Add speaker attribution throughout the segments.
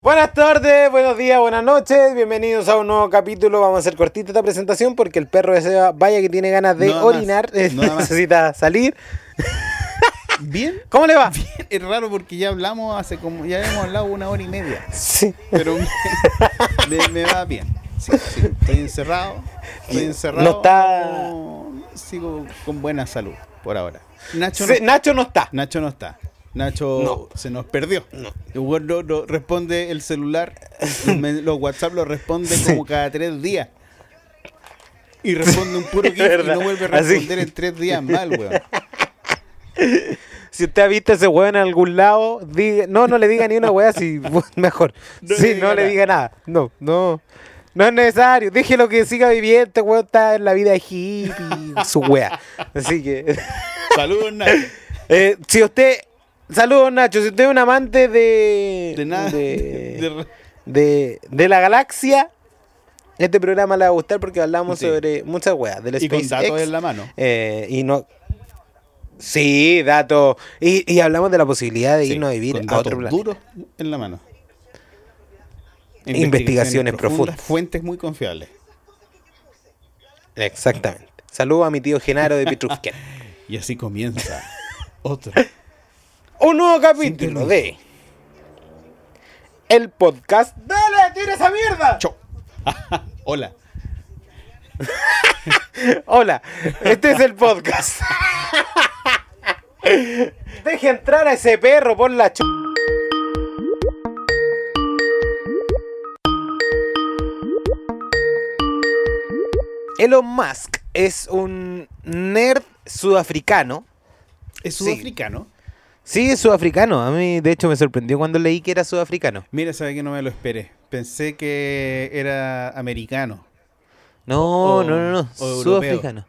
Speaker 1: Buenas tardes, buenos días, buenas noches, bienvenidos a un nuevo capítulo. Vamos a hacer cortita esta presentación porque el perro de Seba, vaya que tiene ganas de
Speaker 2: Nada más,
Speaker 1: orinar, eh,
Speaker 2: nada más.
Speaker 1: necesita salir.
Speaker 2: Bien,
Speaker 1: ¿Cómo le va?
Speaker 2: bien. Es raro porque ya hablamos hace como. Ya hemos hablado una hora y media.
Speaker 1: Sí.
Speaker 2: Pero me, me- me va bien. Sí, sí. Estoy encerrado. Estoy encerrado.
Speaker 1: No está-
Speaker 2: no- Sigo con buena salud por ahora. Nacho no,
Speaker 1: Se- Nacho no está.
Speaker 2: Nacho no está. Nacho se nos perdió. El weón no- no responde el celular. Los, men- los WhatsApp lo responde como cada tres días. Y responde un puro gif y
Speaker 1: verdad.
Speaker 2: no vuelve a
Speaker 1: Así
Speaker 2: responder
Speaker 1: que-
Speaker 2: en tres días mal, weón.
Speaker 1: Si usted ha visto a ese weón en algún lado, diga- no, no le diga ni una weá, si mejor.
Speaker 2: No le
Speaker 1: sí,
Speaker 2: diga
Speaker 1: no le
Speaker 2: nada.
Speaker 1: diga nada. No, no. No es necesario. Déjelo que siga viviendo. Este weón está en la vida hippie, su weá. Así que.
Speaker 2: Saludos, Nacho.
Speaker 1: eh, si usted. Saludos, Nacho. Si usted es un amante de.
Speaker 2: De nada. de
Speaker 1: De,
Speaker 2: re-
Speaker 1: de- de la galaxia, este programa le va a gustar porque hablamos
Speaker 2: Sí.
Speaker 1: sobre muchas weas. Del
Speaker 2: y con
Speaker 1: SpaceX.
Speaker 2: datos en la mano.
Speaker 1: Eh, y no. Sí, datos. Y, y hablamos de la posibilidad de irnos a vivir
Speaker 2: con
Speaker 1: a
Speaker 2: datos
Speaker 1: otro planeta.
Speaker 2: duros en la mano.
Speaker 1: Investigaciones profundas.
Speaker 2: Fuentes muy confiables.
Speaker 1: Exactamente. Saludo a mi tío Genaro de Petrusquén.
Speaker 2: Y así comienza otro.
Speaker 1: Un nuevo capítulo de. El podcast. ¡Dale! ¡Tira esa mierda!
Speaker 2: Chau. Hola.
Speaker 1: Hola, este es el podcast. Deje entrar a ese perro por la ch... Elon Musk es un nerd sudafricano.
Speaker 2: Es
Speaker 1: Sí.
Speaker 2: sudafricano.
Speaker 1: Sí, es sudafricano. A mí, de hecho, me sorprendió cuando leí que era sudafricano.
Speaker 2: Mira, sabe que no me lo esperé. Pensé que era americano.
Speaker 1: No,
Speaker 2: O-
Speaker 1: no, no, no.
Speaker 2: o europeo.
Speaker 1: Sudafricano.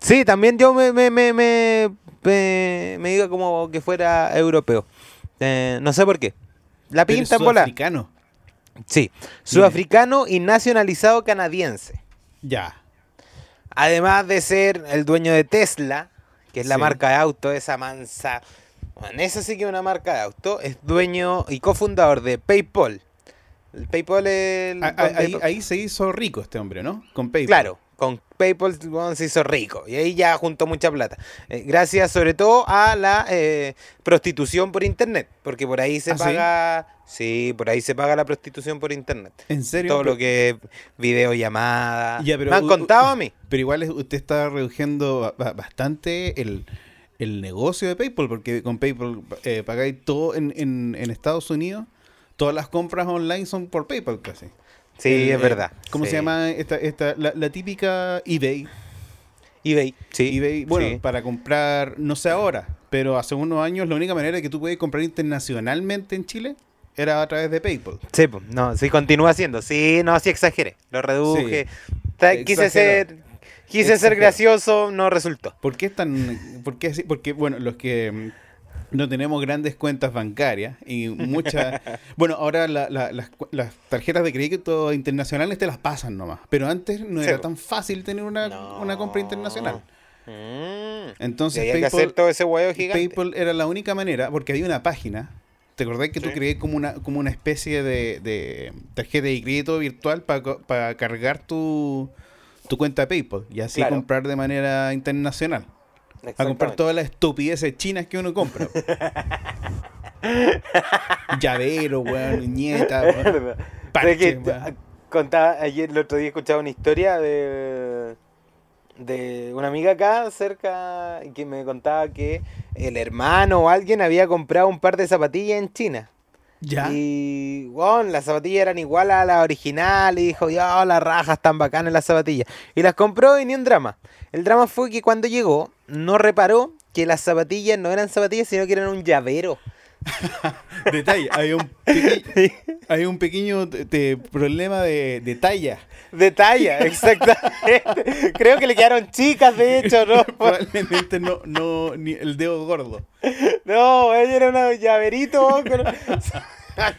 Speaker 1: Sí, también yo me, me, me, me, me, me digo como que fuera europeo. Eh, no sé por qué. La
Speaker 2: Pero es
Speaker 1: pinta en bola.
Speaker 2: Sudafricano.
Speaker 1: Sí. Sudafricano y nacionalizado canadiense.
Speaker 2: Ya.
Speaker 1: Además de ser el dueño de Tesla, que es la
Speaker 2: Sí.
Speaker 1: marca de auto, esa mansa. Bueno, esa sí que es una marca de auto. Es dueño y cofundador de PayPal. El PayPal es. el-
Speaker 2: A- a- ahí, ahí se hizo rico este hombre, ¿no? Con PayPal.
Speaker 1: Claro, con PayPal weón, se hizo rico y ahí ya juntó mucha plata. Eh, gracias sobre todo a la eh, prostitución por internet, porque por ahí se
Speaker 2: ¿Ah, sí?
Speaker 1: paga, sí? por ahí se paga la prostitución por internet.
Speaker 2: En serio.
Speaker 1: Todo
Speaker 2: Pero-
Speaker 1: lo que es videollamada.
Speaker 2: Ya, pero
Speaker 1: Me han
Speaker 2: u-
Speaker 1: contado
Speaker 2: u-
Speaker 1: a mí.
Speaker 2: Pero igual es- usted está reduciendo ba- ba- bastante el, el negocio de PayPal, porque con PayPal eh, pagáis todo en, en- en Estados Unidos. Todas las compras online son por PayPal casi.
Speaker 1: Sí,
Speaker 2: Eh,
Speaker 1: es verdad.
Speaker 2: ¿Cómo
Speaker 1: sí.
Speaker 2: se llama esta, esta la, la típica eBay?
Speaker 1: eBay. Sí.
Speaker 2: eBay, bueno,
Speaker 1: sí.
Speaker 2: para comprar, no sé ahora, pero hace unos años la única manera que tú podías comprar internacionalmente en Chile era a través de PayPal.
Speaker 1: Sí, po, no, sí, continúa haciendo. Sí, no, sí exageré. Lo reduje. Ta- Quise
Speaker 2: exageró.
Speaker 1: ser. Quise ser
Speaker 2: Exageró.
Speaker 1: gracioso, no resultó.
Speaker 2: ¿Por qué es tan.? ¿Por qué así? Porque, bueno, los que mm, no tenemos grandes cuentas bancarias y muchas. bueno, ahora la- la- las, cu- las tarjetas de crédito internacionales te las pasan nomás. Pero antes no
Speaker 1: Sí,
Speaker 2: era
Speaker 1: po.
Speaker 2: tan fácil tener una, una compra internacional.
Speaker 1: Mm. Y
Speaker 2: Entonces,
Speaker 1: había que hacer
Speaker 2: PayPal,
Speaker 1: todo ese huevo gigante.
Speaker 2: PayPal era la única manera, porque había una página. ¿Te acordás que tú
Speaker 1: Sí.
Speaker 2: creé como una, como una especie de, de tarjeta de crédito virtual para cargar tu, tu cuenta PayPal y así
Speaker 1: Claro.
Speaker 2: comprar de manera internacional? A comprar todas las estupideces chinas que uno compra. Llavero, weón, niñeta, weón.
Speaker 1: Verdad.
Speaker 2: Parche,
Speaker 1: Sé que
Speaker 2: weón.
Speaker 1: contaba ayer, el otro día escuchaba una historia de, de una amiga acá cerca que me contaba que el hermano o alguien había comprado un par de zapatillas en China.
Speaker 2: Ya.
Speaker 1: Y, weón, las zapatillas eran igual a las originales. Y dijo, ya, las rajas tan bacanas las zapatillas. Y las compró y ni un drama. El drama fue que cuando llegó, no reparó que las zapatillas no eran zapatillas, sino que eran un llavero.
Speaker 2: Detalle, hay un, peque- hay un pequeño te- te- problema de, de talla.
Speaker 1: De talla, exactamente. Creo que le quedaron chicas, de hecho, ¿no?
Speaker 2: Probablemente no, no, ni el dedo gordo.
Speaker 1: No, ella era una llaverito. Con...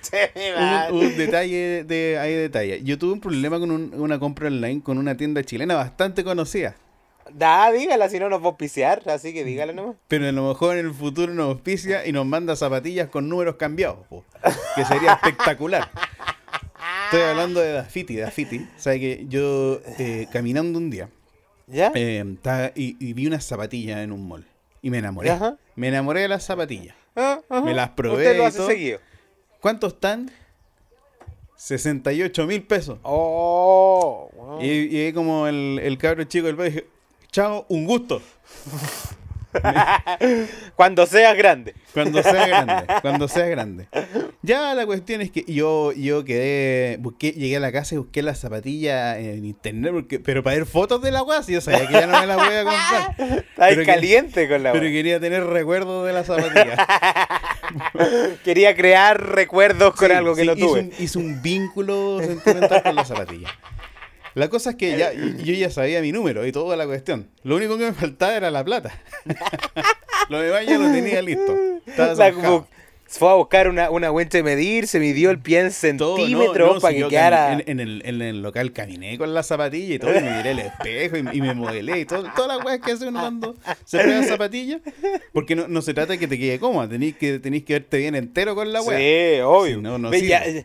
Speaker 1: Che, mi madre.
Speaker 2: Un, un detalle de, hay detalle. Yo tuve un problema con un- una compra online con una tienda chilena bastante conocida.
Speaker 1: Da, dígala, si no nos va a auspiciar, así que dígala nomás.
Speaker 2: Pero a lo mejor en el futuro nos auspicia y nos manda zapatillas con números cambiados, po, que sería espectacular. Estoy hablando de Dafiti, Dafiti. Sabe que yo eh, caminando un día
Speaker 1: ¿Ya?
Speaker 2: eh, estaba- y, y vi unas zapatillas en un mall y me enamoré.
Speaker 1: Ajá.
Speaker 2: Me enamoré de las zapatillas.
Speaker 1: Ah, ajá.
Speaker 2: me las probé
Speaker 1: Usted lo
Speaker 2: y
Speaker 1: hace
Speaker 2: todo.
Speaker 1: seguido.
Speaker 2: ¿Cuántos están? 68 mil pesos.
Speaker 1: Oh, wow.
Speaker 2: Y, y ahí como el, el cabro chico del padre dije, chao, un gusto.
Speaker 1: Cuando seas grande.
Speaker 2: Cuando sea grande, cuando sea grande. Ya la cuestión es que yo, yo quedé, busqué, llegué a la casa y busqué las zapatillas en internet, porque, pero para ver fotos de la weá, si yo sabía que ya no me la voy a comprar.
Speaker 1: Está ahí
Speaker 2: Pero que-
Speaker 1: caliente con la
Speaker 2: Pero
Speaker 1: wea.
Speaker 2: quería tener recuerdos de las zapatillas.
Speaker 1: Quería crear recuerdos con
Speaker 2: Sí,
Speaker 1: algo que
Speaker 2: sí,
Speaker 1: no
Speaker 2: hice
Speaker 1: tuve.
Speaker 2: un- Hice un vínculo sentimental con las zapatillas. La cosa es que ya, yo ya sabía mi número y toda la cuestión. Lo único que me faltaba era la plata. lo demás ya lo tenía listo.
Speaker 1: La-
Speaker 2: Estaba zanjado.
Speaker 1: bu- fue a buscar una, una wincha de medir, se midió el pie en
Speaker 2: Todo, no,
Speaker 1: centímetros
Speaker 2: no,
Speaker 1: para
Speaker 2: si
Speaker 1: que
Speaker 2: yo
Speaker 1: quedara.
Speaker 2: cami- En, en el, en el local caminé con la zapatilla y todo, y me miré el espejo y, y me modelé y todo, todas las weas que hace uno cuando se prueba zapatilla. Porque no, no se trata de que te quede cómoda, tenéis que, tenés que verte bien entero con la wea.
Speaker 1: Sí, obvio.
Speaker 2: Sí, no, no
Speaker 1: Ve,
Speaker 2: sirve.
Speaker 1: ya- ya-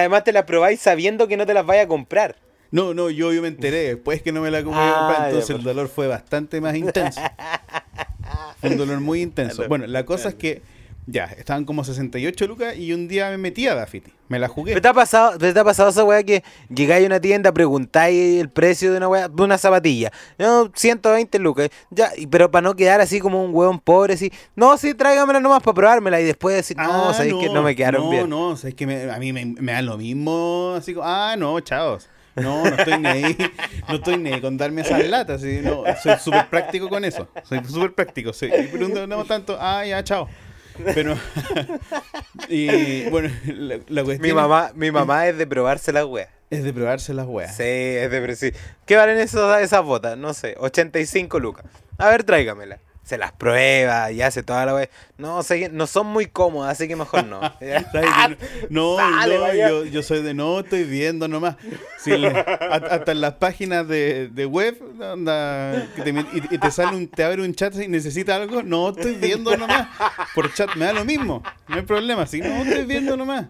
Speaker 1: además te las probáis sabiendo que no te las vaya a comprar.
Speaker 2: No, no, yo, yo me enteré después que no me la comí,
Speaker 1: Ah, ya,
Speaker 2: entonces
Speaker 1: pues.
Speaker 2: el dolor fue bastante más intenso. Fue un dolor muy intenso. Bueno, la cosa es que ya, estaban como 68 lucas y un día me metí a Dafiti, me la jugué.
Speaker 1: ¿Pero te ha pasado, pero te ha pasado esa weá que llegáis a una tienda, preguntáis el precio de una weá, de una zapatilla? No, 120 lucas. Ya, y- pero para no quedar así como un hueón pobre, así, no, sí, tráigamela nomás para probármela y después decir, no,
Speaker 2: Ah,
Speaker 1: sabéis que no me quedaron
Speaker 2: no,
Speaker 1: bien.
Speaker 2: No, sabéis que me- a mí me, me da lo mismo, así como, ah, no, chavos. No, no estoy ni ahí, no estoy ni ahí con darme esas latas, sí, no, soy súper práctico con eso, soy súper práctico, sí, y pregunto, no tanto, ah, ya, chao. Pero, y bueno, la, la cuestión
Speaker 1: Mi mamá, mi mamá es de probarse la weá.
Speaker 2: es de probarse las weas.
Speaker 1: Sí, es depresivo. ¿Qué valen esas, esas botas? No sé, 85 lucas. A ver, tráigamela. Se las prueba y hace toda la vez. No, sé, que- no son muy cómodas, así que mejor no.
Speaker 2: ¿Sabes que No, no,
Speaker 1: Sale,
Speaker 2: no,
Speaker 1: vaya.
Speaker 2: yo, yo soy de no, estoy viendo nomás. Sí, le- a- hasta en las páginas de, de web, onda, que te met- y, y te sale un, te abre un chat si necesitas algo, no estoy viendo nomás. Por chat me da lo mismo, no hay problema, si no estoy viendo nomás.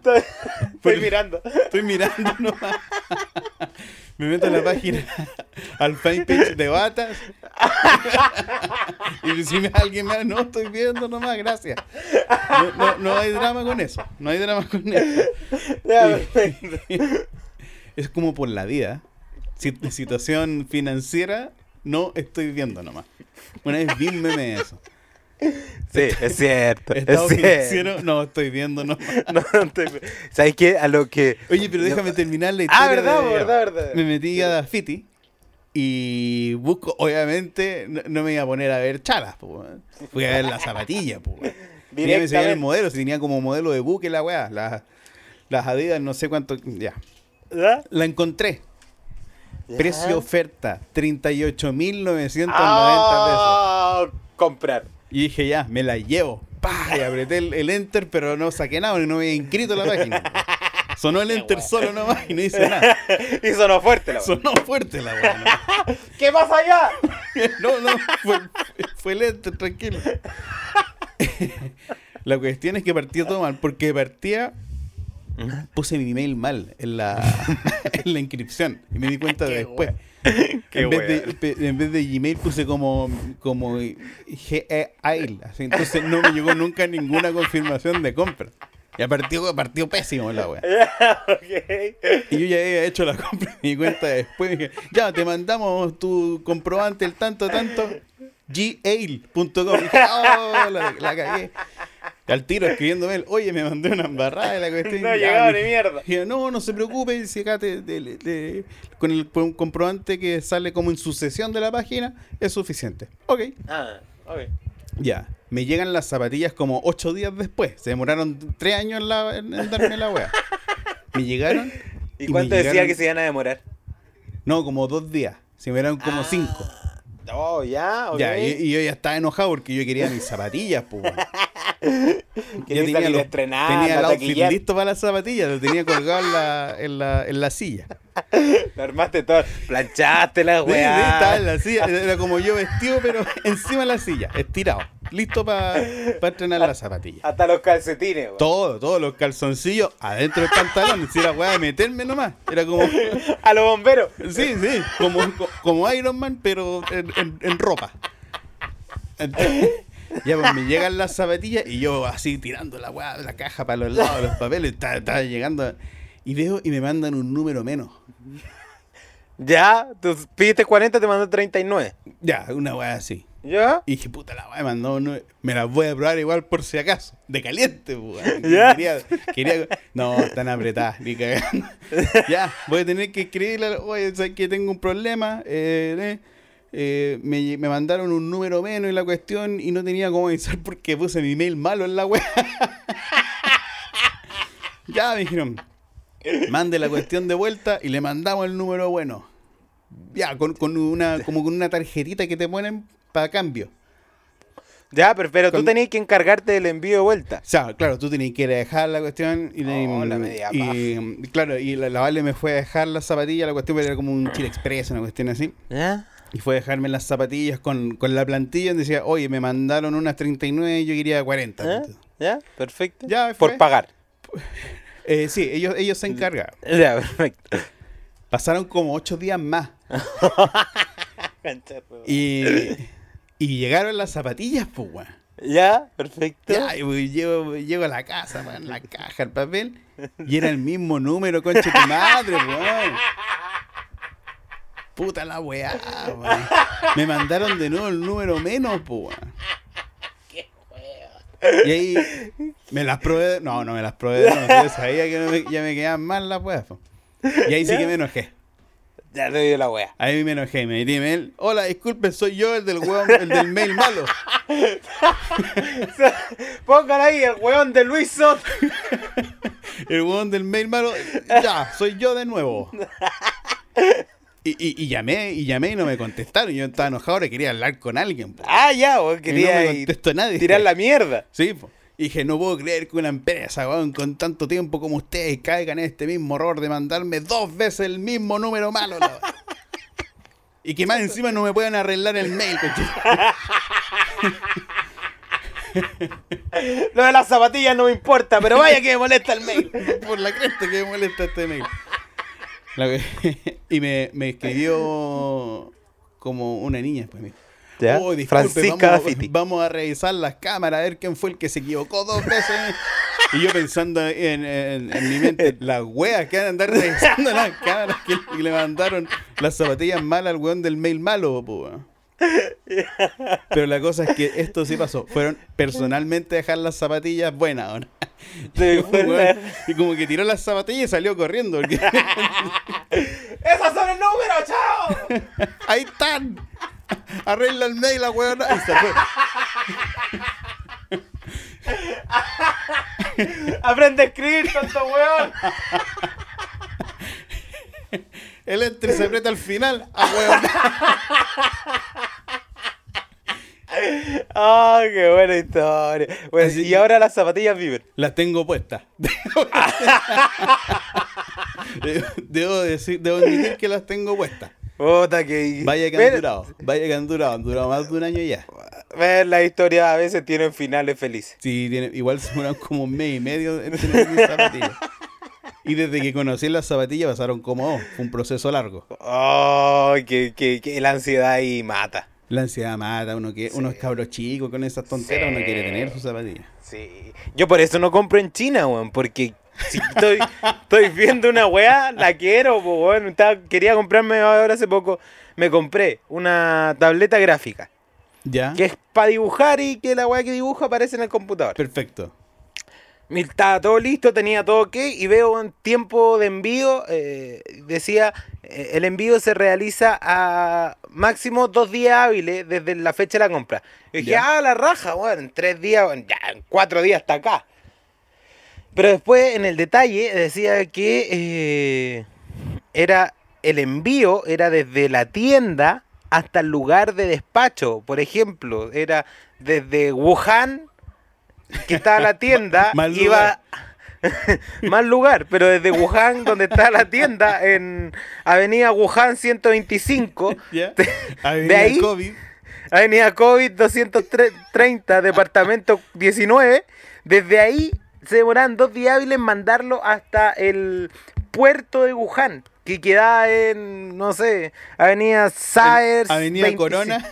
Speaker 1: Estoy mirando.
Speaker 2: Estoy mirando nomás. Me meto en la página al fanpage de batas. Y si me- alguien me no estoy viendo nomás, gracias. No, no- no hay drama con eso. No hay drama con eso. Es como por la vida. Si- situación financiera, no estoy viendo nomás. Una vez vi un meme de eso.
Speaker 1: Sí, es cierto.
Speaker 2: Estado
Speaker 1: Es cierto.
Speaker 2: financiero, no estoy viendo nomás.
Speaker 1: No, no estoy- ¿Sabes qué? A lo que.
Speaker 2: Oye, pero déjame terminar la historia.
Speaker 1: Ah, verdad,
Speaker 2: de-
Speaker 1: verdad, verdad.
Speaker 2: Me metí a Dafiti y busco, obviamente, no, no me iba a poner a ver chalas, po, weón. Fui a ver las zapatillas, po. weón. Y ya me enseñaron el
Speaker 1: Directamente.
Speaker 2: modelo, si tenía como modelo de buque la weá, las, las adidas, no sé cuánto, ya.
Speaker 1: ¿Ya?
Speaker 2: La encontré. Precio oferta, 38.990 pesos.
Speaker 1: Ah, Comprar.
Speaker 2: Y dije, ya, me la llevo. ¡Pah! Y apreté el, el enter, pero no saqué nada, porque no me había inscrito a la página. Sonó el enter solo nomás y no hice nada.
Speaker 1: Y sonó fuerte la
Speaker 2: Sonó fuerte la weá. ¿no?
Speaker 1: ¿Qué pasa allá?
Speaker 2: No, no, fue, fue lento, tranquilo. La cuestión es que partía todo mal, porque partía. Puse mi email mal en la, en la inscripción y me di cuenta de
Speaker 1: Qué
Speaker 2: después.
Speaker 1: Qué
Speaker 2: en, vez de, pe- en vez de Gmail puse como, como E Gmail, así, entonces no me llegó nunca ninguna confirmación de compra. Ya partió, partió pésimo la wea.
Speaker 1: Ok.
Speaker 2: Y yo ya había hecho la compra en mi cuenta después. Dije, ya, te mandamos tu comprobante, el tanto, tanto. gail.com. Dije, oh, la, la cagué. Al tiro escribiéndome él, oye, me mandé una embarrada de la cuestión.
Speaker 1: No
Speaker 2: Ya,
Speaker 1: llegaba
Speaker 2: me-
Speaker 1: ni mierda.
Speaker 2: Dije, no, no se preocupe, si acá te, te- te- con el con un comprobante que sale como en sucesión de la página, es suficiente. Ok,
Speaker 1: Ah, ok.
Speaker 2: ya. Me llegan las zapatillas como ocho días después. Se demoraron tres años en, la- en- en darme la wea. Me llegaron.
Speaker 1: ¿Y
Speaker 2: me
Speaker 1: cuánto decía
Speaker 2: llegaron-
Speaker 1: que se iban a demorar?
Speaker 2: no, como dos días. Se me eran como cinco.
Speaker 1: Oh, ya, Ah, ok.
Speaker 2: Ya, y, y yo ya estaba enojado porque yo quería mis zapatillas, pues. Yo
Speaker 1: Quería salir a estrenar,
Speaker 2: tenía
Speaker 1: a
Speaker 2: el outfit
Speaker 1: taquillar.
Speaker 2: listo para las zapatillas, lo tenía colgado en la, en la, en la silla.
Speaker 1: Lo armaste todo. Planchaste la
Speaker 2: Sí, sí, estaba en
Speaker 1: weá.
Speaker 2: la silla, era como yo vestido, pero encima de la silla, estirado, listo para entrenar las zapatillas.
Speaker 1: Hasta los calcetines, weón.
Speaker 2: Todo, todos los calzoncillos adentro del pantalón, si era weá de meterme nomás, era como, sí,
Speaker 1: A los bomberos.
Speaker 2: sí, como, como Iron Man, pero en, en- en ropa. Entonces, ya pues me llegan las zapatillas y yo así tirando la weá de la caja para los lados, los papeles, estaba llegando y veo y me mandan un número menos.
Speaker 1: Ya, tú pidiste 40, te mandó 39.
Speaker 2: Ya, una weá así.
Speaker 1: ¿Ya?
Speaker 2: Y dije, puta la weá, mandó no, me las voy a probar igual por si acaso. De caliente, pues, weón.
Speaker 1: Ya.
Speaker 2: Quería, quería- No, están apretadas, ni cagando. ya, voy a tener que escribirle, al- oye, sabes que tengo un problema. eh, eh, eh, me, me mandaron un número menos en la cuestión y no tenía cómo avisar porque puse mi mail malo en la weá. ya me dijeron, mande la cuestión de vuelta y le mandamos el número bueno. Ya, con, con una, como con una tarjetita que te ponen para cambio.
Speaker 1: Ya, pero, pero tú
Speaker 2: Con-
Speaker 1: tenías que encargarte del envío de vuelta.
Speaker 2: O sea, claro, tú tenías que ir a dejar la cuestión y, de-
Speaker 1: Oh, la media
Speaker 2: y, mm, claro, y la, la Vale me fue a dejar las zapatillas, la cuestión era como un Chile Express, una cuestión así.
Speaker 1: ¿Ya?
Speaker 2: Y fue a dejarme las zapatillas con, con la plantilla y decía, oye, me mandaron unas 39 y yo quería 40.
Speaker 1: ¿Ya? ¿Ya? Perfecto.
Speaker 2: Ya,
Speaker 1: Por
Speaker 2: fue.
Speaker 1: pagar.
Speaker 2: Eh, sí, ellos, ellos se encargaron.
Speaker 1: Ya, perfecto.
Speaker 2: Pasaron como 8 días más y, y llegaron las zapatillas, pues, weón.
Speaker 1: Ya, perfecto.
Speaker 2: Ya, y voy- llego, llego a la casa, weón, la caja, el papel. Y era el mismo número, concha de tu madre, weón. Puta la weá, weón. Me mandaron de nuevo el número menos, po, weón. Y ahí me las probé. No, no me las probé. de nuevo, yo sabía que no me- ya me quedaban mal las weas. po. Y ahí sí que me enojé.
Speaker 1: Ya te dio la wea.
Speaker 2: Ahí me enojé. Me metí mail. Hola, disculpen, soy yo el del, weón, el del mail malo.
Speaker 1: Póngala ahí, el weón de Luis Sot.
Speaker 2: El huevón del mail malo, ya, soy yo de nuevo. Y, y- y llamé, y llamé y no me contestaron. Yo estaba enojado, ahora quería hablar con alguien. po.
Speaker 1: Ah, ya, weón. Quería
Speaker 2: Y no me
Speaker 1: ahí
Speaker 2: contestó nadie.
Speaker 1: tirar la mierda.
Speaker 2: Sí, po. Y dije, no puedo creer que una empresa, weón, con tanto tiempo como ustedes caigan en este mismo error de mandarme dos veces el mismo número malo. la- Y que más encima no me puedan arreglar el mail. coche.
Speaker 1: Lo de las zapatillas no me importa, pero vaya que me molesta el mail.
Speaker 2: Por la cresta que me molesta este mail. La que- y me, me escribió como una niña después. me dijo,
Speaker 1: Ya,
Speaker 2: "Oh, disculpe,
Speaker 1: Francisca
Speaker 2: vamos,
Speaker 1: Gaffiti.
Speaker 2: vamos a revisar las cámaras a ver quién fue el que se equivocó dos veces. y yo pensando en, en- en mi mente, las weas que van a andar revisando las cámaras que le- le mandaron las zapatillas malas al weón del mail malo, po, weón. Pero la cosa es que esto sí pasó. Fueron personalmente a dejar las zapatillas buenas ahora.
Speaker 1: Sí,
Speaker 2: Un
Speaker 1: fue la-
Speaker 2: weón, Y como que tiró las zapatillas y salió corriendo. porque-
Speaker 1: ¡Esos son el número, chao!
Speaker 2: Ahí están. Arregla el mail, la weona. Y se fue.
Speaker 1: Aprende a escribir, tonto weón.
Speaker 2: El entre se aprieta al final. Ah, weón.
Speaker 1: Ah, qué buena historia. Bueno,
Speaker 2: Así-
Speaker 1: y ahora las zapatillas viven.
Speaker 2: Las tengo puestas. Debo- Debo decir, debo admitir que las tengo puestas.
Speaker 1: Puta que.
Speaker 2: Vaya que han
Speaker 1: Ver-
Speaker 2: durado. Vaya que han durado. Han durado más de un año ya.
Speaker 1: Ver las historias a veces tienen finales felices.
Speaker 2: Sí, tiene, igual se duraron como un mes y medio en tener mis zapatillas. Y desde que conocí las zapatillas pasaron como oh, fue un proceso largo.
Speaker 1: Oh, que, que, que la ansiedad ahí mata.
Speaker 2: La ansiedad mata, uno que uno es cabro chico con esas tonteras, uno quiere tener sus zapatillas.
Speaker 1: Sí. Yo por eso no compro en China, weón, porque si estoy, estoy viendo una weá, la quiero, po, weón. Estaba- quería comprarme ahora hace poco, me compré una tableta gráfica,
Speaker 2: ¿Ya?
Speaker 1: que es para dibujar y que la weá que dibuja aparece en el computador.
Speaker 2: Perfecto.
Speaker 1: Y Estaba todo listo, tenía todo ok y veo en tiempo de envío, eh, decía, eh, el envío se realiza a máximo dos días hábiles desde la fecha de la compra. Y dije,
Speaker 2: Ya.
Speaker 1: ah, la raja, bueno, en tres días, bueno, ya, en cuatro días está acá. Pero después en el detalle decía que eh, era el envío era desde la tienda hasta el lugar de despacho. Por ejemplo, era desde Wuhan que estaba la tienda,
Speaker 2: Mal lugar.
Speaker 1: iba mal lugar, pero desde Wuhan, donde está la tienda, en Avenida Wuhan 125,
Speaker 2: ¿Ya?
Speaker 1: te-
Speaker 2: Avenida
Speaker 1: de ahí,
Speaker 2: COVID.
Speaker 1: Avenida COVID 230, departamento 19, desde ahí se demoraban dos días hábiles en mandarlo hasta el puerto de Wuhan, que queda en, no sé, Avenida Saers.
Speaker 2: Avenida
Speaker 1: 25.
Speaker 2: Corona.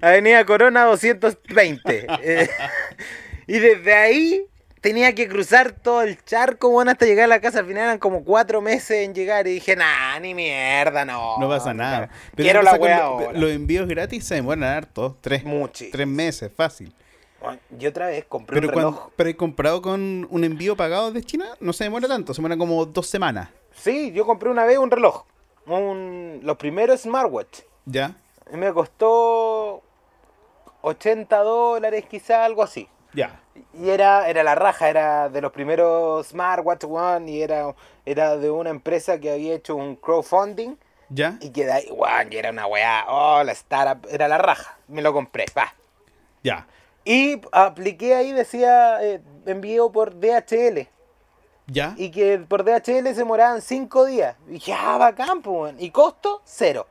Speaker 1: Avenida Corona 220. Eh, y desde ahí tenía que cruzar todo el charco, bueno, hasta llegar a la casa. Al final eran como cuatro meses en llegar. Y dije, nah, ni mierda, no.
Speaker 2: No pasa nada. Pero
Speaker 1: Ah, Quiero
Speaker 2: ¿qué
Speaker 1: la
Speaker 2: pasa con
Speaker 1: wea
Speaker 2: lo-
Speaker 1: ahora.
Speaker 2: Los envíos gratis se demoran harto. Tres,
Speaker 1: Muchi.
Speaker 2: tres meses, fácil.
Speaker 1: Bueno, Yo otra vez compré
Speaker 2: Pero,
Speaker 1: un
Speaker 2: cuando-
Speaker 1: reloj.
Speaker 2: pero he comprado con un envío pagado de China, no se demora tanto, se demora como dos semanas.
Speaker 1: Sí, yo compré una vez un reloj. Un, los primeros smartwatch.
Speaker 2: ¿Ya?
Speaker 1: Y me costó 80 dólares, quizá algo así.
Speaker 2: Ya.
Speaker 1: Y era, era la raja, era de los primeros smartwatch one y era, era de una empresa que había hecho un crowdfunding
Speaker 2: ¿Ya?
Speaker 1: y que de ahí, weón, y era una weá, oh, la startup, era la raja, me lo compré, va.
Speaker 2: Ya.
Speaker 1: Y apliqué ahí, decía eh, envío por DHL
Speaker 2: ¿Ya?
Speaker 1: y que por DHL se moraban 5 días. Y dije, ah, bacán, pues, weón. y costo cero.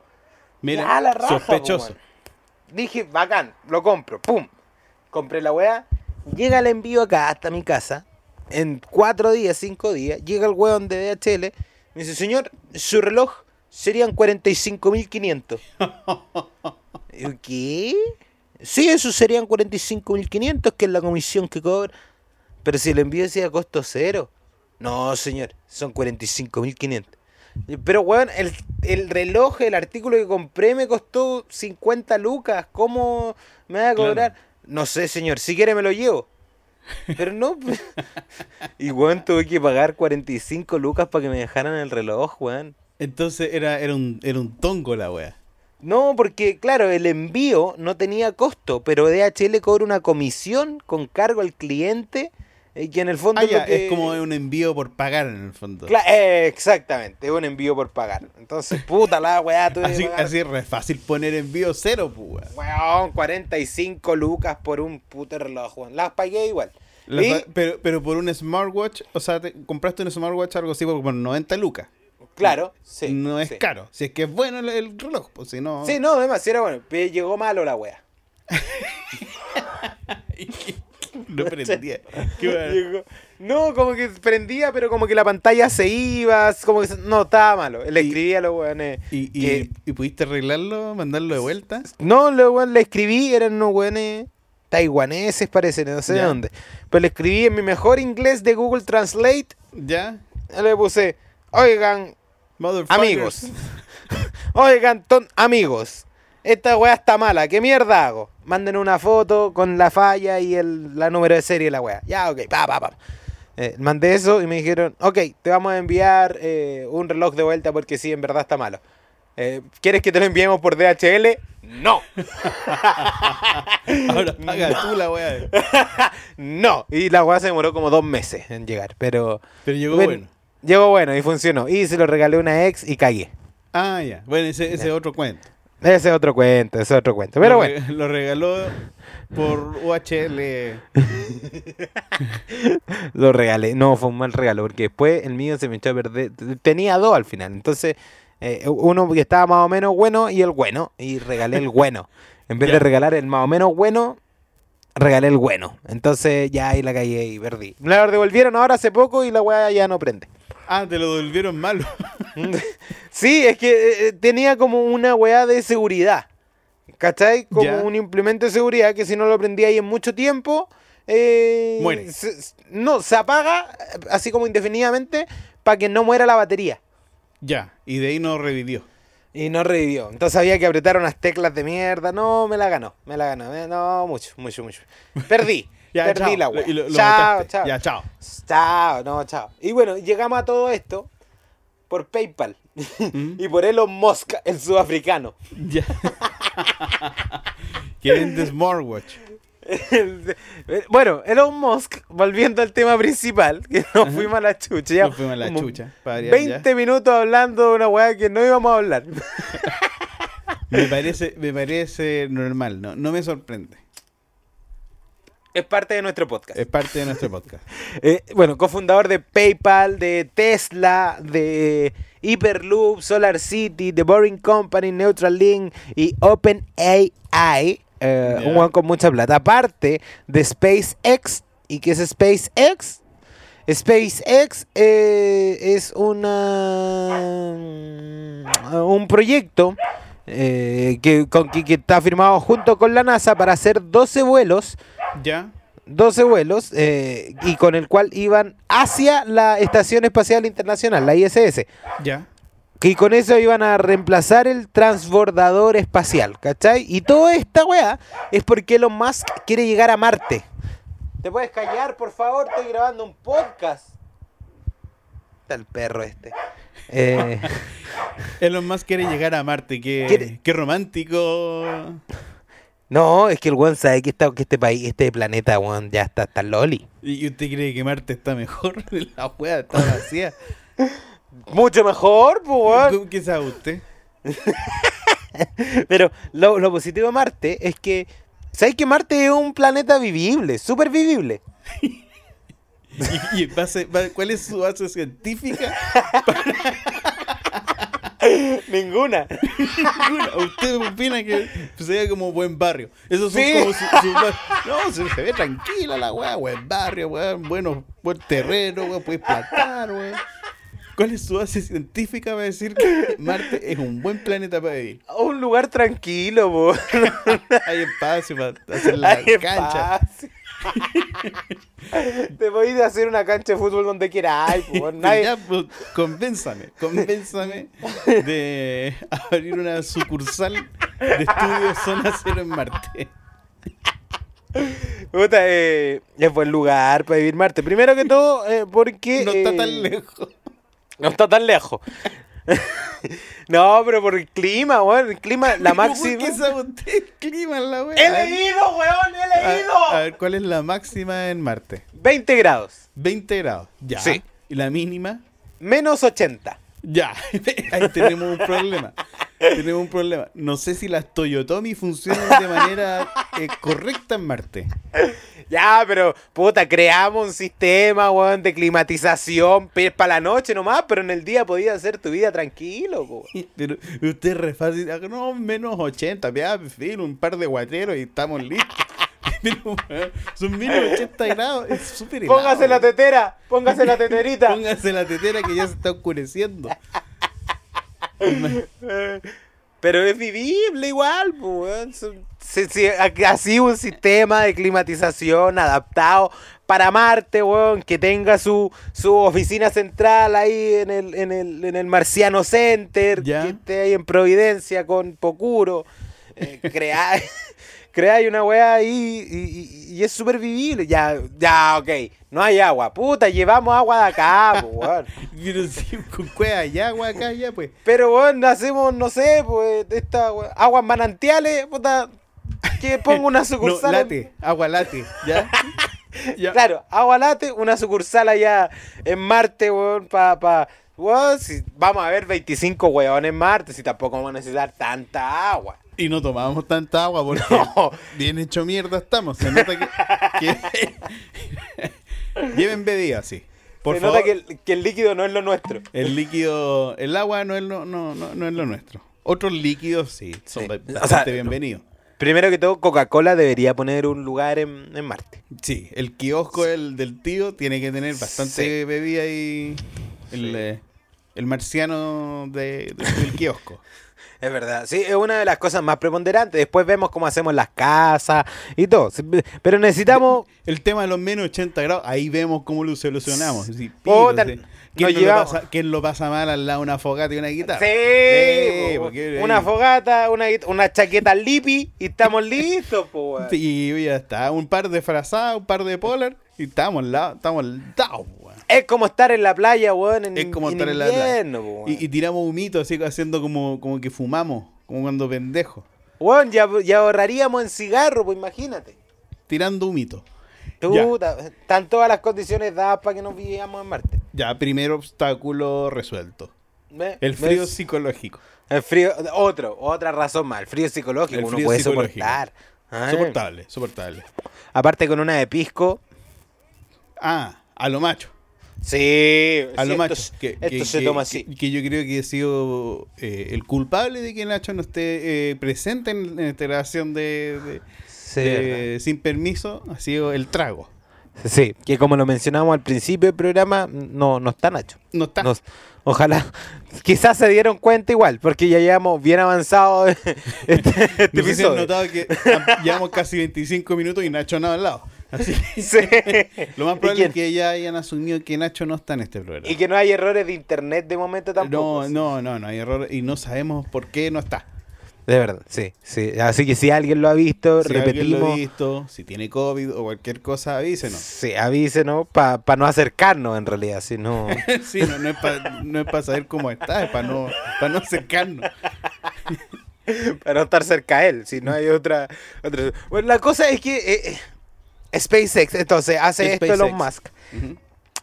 Speaker 2: Mira,
Speaker 1: Ya, la raja,
Speaker 2: sospechoso.
Speaker 1: po, weón. Dije, bacán, lo compro, pum. Compré la weá. Llega el envío acá hasta mi casa. En cuatro días, cinco días, llega el weón de DHL. Me dice, señor, su reloj serían 45.500. Y yo, ¿Qué? Sí, eso serían 45.500, que es la comisión que cobra. Pero si el envío decía costo cero. No, señor, son 45.500. Pero, weón, el, el reloj, el artículo que compré me costó 50 lucas. ¿Cómo me va a cobrar? No sé, señor, si quiere me lo llevo. Pero no. pues. y, weón, tuve que pagar 45 lucas para que me dejaran el reloj, weón.
Speaker 2: Entonces era, era, un, era un tongo la wea.
Speaker 1: No, porque claro, el envío no tenía costo, pero DHL cobra una comisión con cargo al cliente, eh, que en el fondo
Speaker 2: Ah,
Speaker 1: es lo
Speaker 2: ya,
Speaker 1: que-
Speaker 2: es como un envío por pagar en el fondo.
Speaker 1: Cla- eh, exactamente, es un envío por pagar. Entonces, puta la weá, tuve que
Speaker 2: Así,
Speaker 1: pagar,
Speaker 2: así es re fácil poner envío cero, pues. wea.
Speaker 1: weón, 45 lucas por un puto reloj, weón. Las pagué igual.
Speaker 2: La
Speaker 1: Y-
Speaker 2: fa- pero, pero por un smartwatch, o sea, te compraste un smartwatch algo así por por 90 lucas.
Speaker 1: claro, sí.
Speaker 2: no es
Speaker 1: sí.
Speaker 2: caro. Si es que es bueno el, el reloj, pues si no.
Speaker 1: Sí, no, además, sí era bueno. pe- Llegó malo la weá.
Speaker 2: No prendía. Qué bueno.
Speaker 1: Llegó- No, como que prendía, pero como que la pantalla se iba, como que se- no, estaba malo. Le
Speaker 2: Y-
Speaker 1: escribía a los weones.
Speaker 2: ¿Y, y,
Speaker 1: que-
Speaker 2: y pudiste arreglarlo? ¿Mandarlo de vuelta?
Speaker 1: No, le, weón, le escribí, eran unos weones taiwaneses, parece, no sé
Speaker 2: Ya.
Speaker 1: de dónde. Pero le escribí en mi mejor inglés de Google Translate.
Speaker 2: ¿Ya?
Speaker 1: Le puse, oigan,
Speaker 2: Motherfuckers.
Speaker 1: amigos. oigan, ton- amigos. Esta weá está mala, ¿qué mierda hago? Manden una foto con la falla y el la número de serie de la weá. Ya, ok, pa, pa, pa. Eh, mandé eso y me dijeron, ok, te vamos a enviar eh, un reloj de vuelta porque sí, en verdad está malo. Eh, ¿Quieres que te lo enviemos por DHL? No.
Speaker 2: Ahora paga tú la weá.
Speaker 1: No, y la weá se demoró como dos meses en llegar, pero
Speaker 2: Pero llegó
Speaker 1: Bueno.
Speaker 2: bueno.
Speaker 1: llegó bueno y funcionó. Y se lo regalé a una ex y cagué.
Speaker 2: Ah, ya. Bueno, ese ese es otro cuento.
Speaker 1: Ese es otro cuento, ese es otro cuento. Pero
Speaker 2: Lo
Speaker 1: bueno,
Speaker 2: re- Lo regaló por UHL.
Speaker 1: lo regalé. No, fue un mal regalo, porque después el mío se me echó a perder. Tenía dos al final, entonces eh, uno que estaba más o menos bueno y el bueno, y regalé el bueno. En vez de
Speaker 2: Ya.
Speaker 1: regalar el más o menos bueno, regalé el bueno. Entonces ya ahí la cagué y perdí. Me lo devolvieron ahora hace poco y la weá ya no prende.
Speaker 2: Ah, te lo devolvieron malo.
Speaker 1: Sí, es que eh, eh, tenía como una weá de seguridad. ¿Cachai? Como
Speaker 2: Ya.
Speaker 1: un implemento de seguridad que si no lo prendía ahí en mucho tiempo. eh,
Speaker 2: Muere.
Speaker 1: se- se- no, se apaga eh, así como indefinidamente para que no muera la batería.
Speaker 2: Ya. Y de ahí no revivió.
Speaker 1: Y no revivió. Entonces había que apretar unas teclas de mierda. No, me la ganó. Me la ganó. eh, No, mucho, mucho, mucho. Perdí.
Speaker 2: Ya,
Speaker 1: perdí
Speaker 2: chao.
Speaker 1: la
Speaker 2: Lo-
Speaker 1: weá.
Speaker 2: y lo- lo
Speaker 1: chao,
Speaker 2: botaste.
Speaker 1: chao.
Speaker 2: Ya, chao.
Speaker 1: Chao, no, chao. Y bueno, llegamos a todo esto por PayPal
Speaker 2: Mm.
Speaker 1: y por Elon Musk, el sudafricano.
Speaker 2: Ya. que vende smartwatch.
Speaker 1: bueno, Elon Musk, volviendo al tema principal, que nos fuimos a la chucha. ya
Speaker 2: Nos fuimos a la
Speaker 1: como
Speaker 2: chucha, para variar,
Speaker 1: 20 minutos hablando de una weá que no íbamos a hablar.
Speaker 2: Me parece, me parece normal, no, no me sorprende.
Speaker 1: Es parte de nuestro podcast.
Speaker 2: Es parte de nuestro podcast.
Speaker 1: Eh, bueno, cofundador de PayPal, de Tesla, de Hyperloop, Solar City, The Boring Company, Neuralink y OpenAI. eh,
Speaker 2: Ya.
Speaker 1: Un one con mucha plata. Aparte de SpaceX. ¿Y qué es SpaceX? SpaceX eh, es una mm, un proyecto eh, que, con, que- que está firmado junto con la NASA para hacer 12 vuelos
Speaker 2: ¿Ya?
Speaker 1: 12 vuelos eh, y con el cual iban hacia la Estación Espacial Internacional, la ISS.
Speaker 2: ¿Ya?
Speaker 1: Y con eso iban a reemplazar el transbordador espacial, ¿cachai? Y toda esta weá es porque Elon Musk quiere llegar a Marte. ¿Te puedes callar, por favor? Estoy grabando un podcast. Está el perro este. Eh,
Speaker 2: Elon Musk quiere llegar a Marte. Qué,
Speaker 1: Quiere-
Speaker 2: qué romántico.
Speaker 1: no, es que el weón sabe que, esta- que este país, este planeta, weón, ya está hasta el loli.
Speaker 2: ¿Y usted cree que Marte está mejor? La hueá está vacía.
Speaker 1: Mucho mejor, pues, weón.
Speaker 2: ¿Cómo- ¿Qué sabe usted?
Speaker 1: Pero lo, lo positivo de Marte es que. ¿Sabes que Marte es un planeta vivible, súper vivible?
Speaker 2: ¿Y, y en base- va- cuál es su base científica?
Speaker 1: Ninguna.
Speaker 2: Ninguna. ¿Usted opina que se ve como buen barrio? Eso son
Speaker 1: Sí.
Speaker 2: como su, su bar- No, se, se ve tranquila la weá, buen barrio, weón, bueno, buen terreno, weón, puedes plantar, weón. ¿Cuál es su base científica para decir que Marte es un buen planeta para vivir?
Speaker 1: Un lugar tranquilo, po.
Speaker 2: Hay espacio para hacer la
Speaker 1: Hay
Speaker 2: cancha.
Speaker 1: espacio. Te voy a hacer una cancha de fútbol donde quieras, po.
Speaker 2: Ya,
Speaker 1: Nadie...
Speaker 2: pues, convénzame, convénzame de abrir una sucursal de estudios Zona Cero en Marte.
Speaker 1: Puta, eh, es buen lugar para vivir Marte. Primero que todo, eh, porque.
Speaker 2: No está
Speaker 1: eh,
Speaker 2: tan lejos.
Speaker 1: No está tan lejos. no, pero por el clima, weón. El clima, la
Speaker 2: Pero,
Speaker 1: máxima.
Speaker 2: ¿Por qué sabotea el clima en la wea?
Speaker 1: ¡He
Speaker 2: A ver,
Speaker 1: leído, weón! ¡He
Speaker 2: a-
Speaker 1: leído!
Speaker 2: A, ver, ¿cuál es la máxima en Marte?
Speaker 1: 20 grados.
Speaker 2: 20 grados. Ya.
Speaker 1: Sí.
Speaker 2: ¿Y la mínima?
Speaker 1: Menos 80.
Speaker 2: Ya. Ahí tenemos un problema. tenemos un problema. No sé si las Toyotomi funcionan de manera eh, correcta en Marte.
Speaker 1: Ya, pero puta, creamos un sistema, weón, de climatización para la noche nomás, pero en el día podías hacer tu vida tranquilo, po.
Speaker 2: Pero usted es re fácil. Ah, No, menos 80. Ya, en fin, un par de guateros y estamos listos. Pero, weón, son menos 80 grados. Es súper helado,
Speaker 1: Póngase la
Speaker 2: weón.
Speaker 1: tetera, póngase la teterita.
Speaker 2: Póngase la tetera que ya se está oscureciendo.
Speaker 1: Eh, Pero es vivible igual, po, weón. Son- si- si- a- así un sistema de climatización adaptado para Marte, weón, que tenga su, su oficina central ahí en el, en el, en el Marciano Center,
Speaker 2: Ya.
Speaker 1: que esté ahí en Providencia con Pocuro. Eh, crea- creáis una weá ahí y, y- y es súper vivible. Ya, ya, ok. No hay agua. Puta, llevamos agua de acá, po, weón.
Speaker 2: Pero sí, con cueva y agua acá ya, pues.
Speaker 1: Pero bueno, hacemos, no sé, pues, de estas we- aguas manantiales, puta, que pongo una
Speaker 2: No,
Speaker 1: sucursal. en-
Speaker 2: late, agua late, ¿ya? ya.
Speaker 1: Claro, agua late, una sucursal allá en Marte, weón, pa, pa. weón, si vamos a ver 25 weón en Marte, si tampoco vamos a necesitar tanta agua.
Speaker 2: Y no tomamos tanta agua porque
Speaker 1: No.
Speaker 2: bien hecho mierda estamos. Se nota que. que- Lleven bebida, sí. Por
Speaker 1: Se
Speaker 2: favor.
Speaker 1: nota que el, que el líquido no es lo nuestro.
Speaker 2: El líquido, el agua no es lo, no, no, no es lo nuestro. Otros líquidos sí, son
Speaker 1: Sí.
Speaker 2: ba-
Speaker 1: O sea,
Speaker 2: bastante bienvenidos.
Speaker 1: Primero que todo, Coca-Cola debería poner un lugar en, en Marte.
Speaker 2: Sí, el kiosco del, del tío tiene que tener bastante bebida y el,
Speaker 1: Sí.
Speaker 2: eh, el marciano de- de- del kiosco.
Speaker 1: Es verdad, sí, es una de las cosas más preponderantes. Después vemos cómo hacemos las casas y todo. Sí, Pero necesitamos
Speaker 2: El tema de los menos 80 grados, ahí vemos cómo lo solucionamos. Sí,
Speaker 1: Oh,
Speaker 2: pico,
Speaker 1: tal-
Speaker 2: sí.
Speaker 1: nos
Speaker 2: ¿Quién, no lo
Speaker 1: llevamos.
Speaker 2: pasa, quién lo pasa mal al lado de una fogata y una guitarra?
Speaker 1: Sí,
Speaker 2: Sí,
Speaker 1: po,
Speaker 2: porque-
Speaker 1: una fogata, una, guit- una chaqueta lipi y estamos listos, po, weón.
Speaker 2: Y ya está, un par de frazadas, un par de polar y estamos al lado, estamos al lado, weón.
Speaker 1: Es como estar en la playa, weón, en,
Speaker 2: Es como
Speaker 1: Mm, en
Speaker 2: estar en la
Speaker 1: invierno, po, weón.
Speaker 2: Y, y tiramos humito así haciendo como, como que fumamos, como cuando pendejo,
Speaker 1: Weón, ya, ya ahorraríamos en cigarro, pues imagínate.
Speaker 2: tirando humito.
Speaker 1: Tú, ta- están todas las condiciones dadas para que nos vivamos en Marte.
Speaker 2: Ya, primer obstáculo resuelto.
Speaker 1: ¿Ve?
Speaker 2: El frío
Speaker 1: ¿Ves?
Speaker 2: psicológico.
Speaker 1: El frío, otro, otra razón más, el frío psicológico,
Speaker 2: El
Speaker 1: uno
Speaker 2: frío
Speaker 1: puede
Speaker 2: psicológico.
Speaker 1: soportar. Ah.
Speaker 2: Soportable, soportable.
Speaker 1: Aparte con una de pisco.
Speaker 2: Ah, a lo macho.
Speaker 1: Sí,
Speaker 2: A
Speaker 1: sí,
Speaker 2: lo
Speaker 1: esto
Speaker 2: macho.
Speaker 1: se-
Speaker 2: que,
Speaker 1: esto
Speaker 2: que-
Speaker 1: se
Speaker 2: que-
Speaker 1: toma
Speaker 2: que-
Speaker 1: así.
Speaker 2: que yo creo que he sido eh, el culpable de que Nacho no esté eh, presente en, en esta grabación de,
Speaker 1: Sí,
Speaker 2: de- de Sin Permiso. Ha sido el trago.
Speaker 1: ¿verdad? Sí, que como lo mencionamos al principio del programa, no, no está Nacho.
Speaker 2: No está.
Speaker 1: Nos- ojalá, quizás se dieron cuenta igual, porque ya llevamos bien avanzado este, este
Speaker 2: No sé si han
Speaker 1: episodio.
Speaker 2: notado que ah, llevamos casi 25 minutos y Nacho no ha hablado. Así que
Speaker 1: Sí.
Speaker 2: lo más
Speaker 1: ¿Y
Speaker 2: probable
Speaker 1: quién?
Speaker 2: es que ya hayan asumido que Nacho no está en este programa.
Speaker 1: Y que no hay errores de internet de momento tampoco.
Speaker 2: no,
Speaker 1: sí.
Speaker 2: no, no, no hay error y no sabemos por qué no está.
Speaker 1: De verdad, sí, sí. Así que si alguien lo ha visto,
Speaker 2: Si alguien
Speaker 1: repetimos.
Speaker 2: lo ha visto, si tiene COVID o cualquier cosa, avísenos.
Speaker 1: Sí, avísenos para no acercarnos en realidad, sino
Speaker 2: Sí, no, no es para saber cómo está, es para no, pa' no acercarnos.
Speaker 1: para no estar cerca a él, si no hay otra, otra- Bueno, la cosa es que eh, eh, SpaceX, entonces, hace esto Elon
Speaker 2: SpaceX.
Speaker 1: Musk.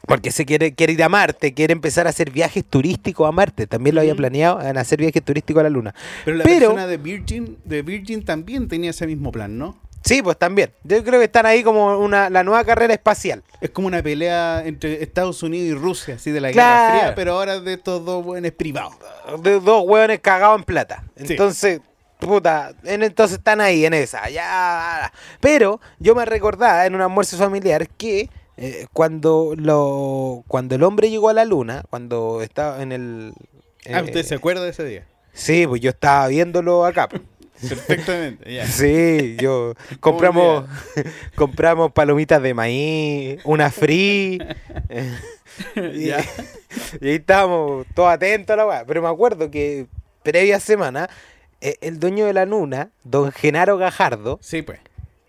Speaker 1: Porque se quiere, quiere ir a Marte, quiere empezar a hacer viajes turísticos a Marte. También lo había
Speaker 2: Ujú.
Speaker 1: planeado en hacer viajes turísticos a la Luna.
Speaker 2: Pero la
Speaker 1: Pero-
Speaker 2: persona de Virgin, de Virgin también tenía ese mismo plan, ¿no?
Speaker 1: Sí, pues también. Yo creo que están ahí como una, la nueva carrera espacial.
Speaker 2: Es como una pelea entre Estados Unidos y Rusia, así de la
Speaker 1: Claro.
Speaker 2: Guerra Fría, pero ahora de estos dos buenos privados.
Speaker 1: de dos hueones cagados en plata.
Speaker 2: Sí.
Speaker 1: Entonces, puta, en- entonces están ahí en esa. Ya. Pero yo me recordaba en un almuerzo familiar que eh, cuando lo cuando el hombre llegó a la luna, cuando estaba en el
Speaker 2: ah,
Speaker 1: eh,
Speaker 2: ¿usted se acuerda de ese día?
Speaker 1: Sí, pues yo estaba viéndolo acá. pues. po.
Speaker 2: Perfectamente, ya.
Speaker 1: Sí, yo compramos compramos palomitas de maíz, una free. eh, y-
Speaker 2: Ya.
Speaker 1: y ahí estábamos todos atentos a la weá. Pero me acuerdo que previa semana, eh, el dueño de la Nuna, don Genaro Gajardo,
Speaker 2: Sí, pues.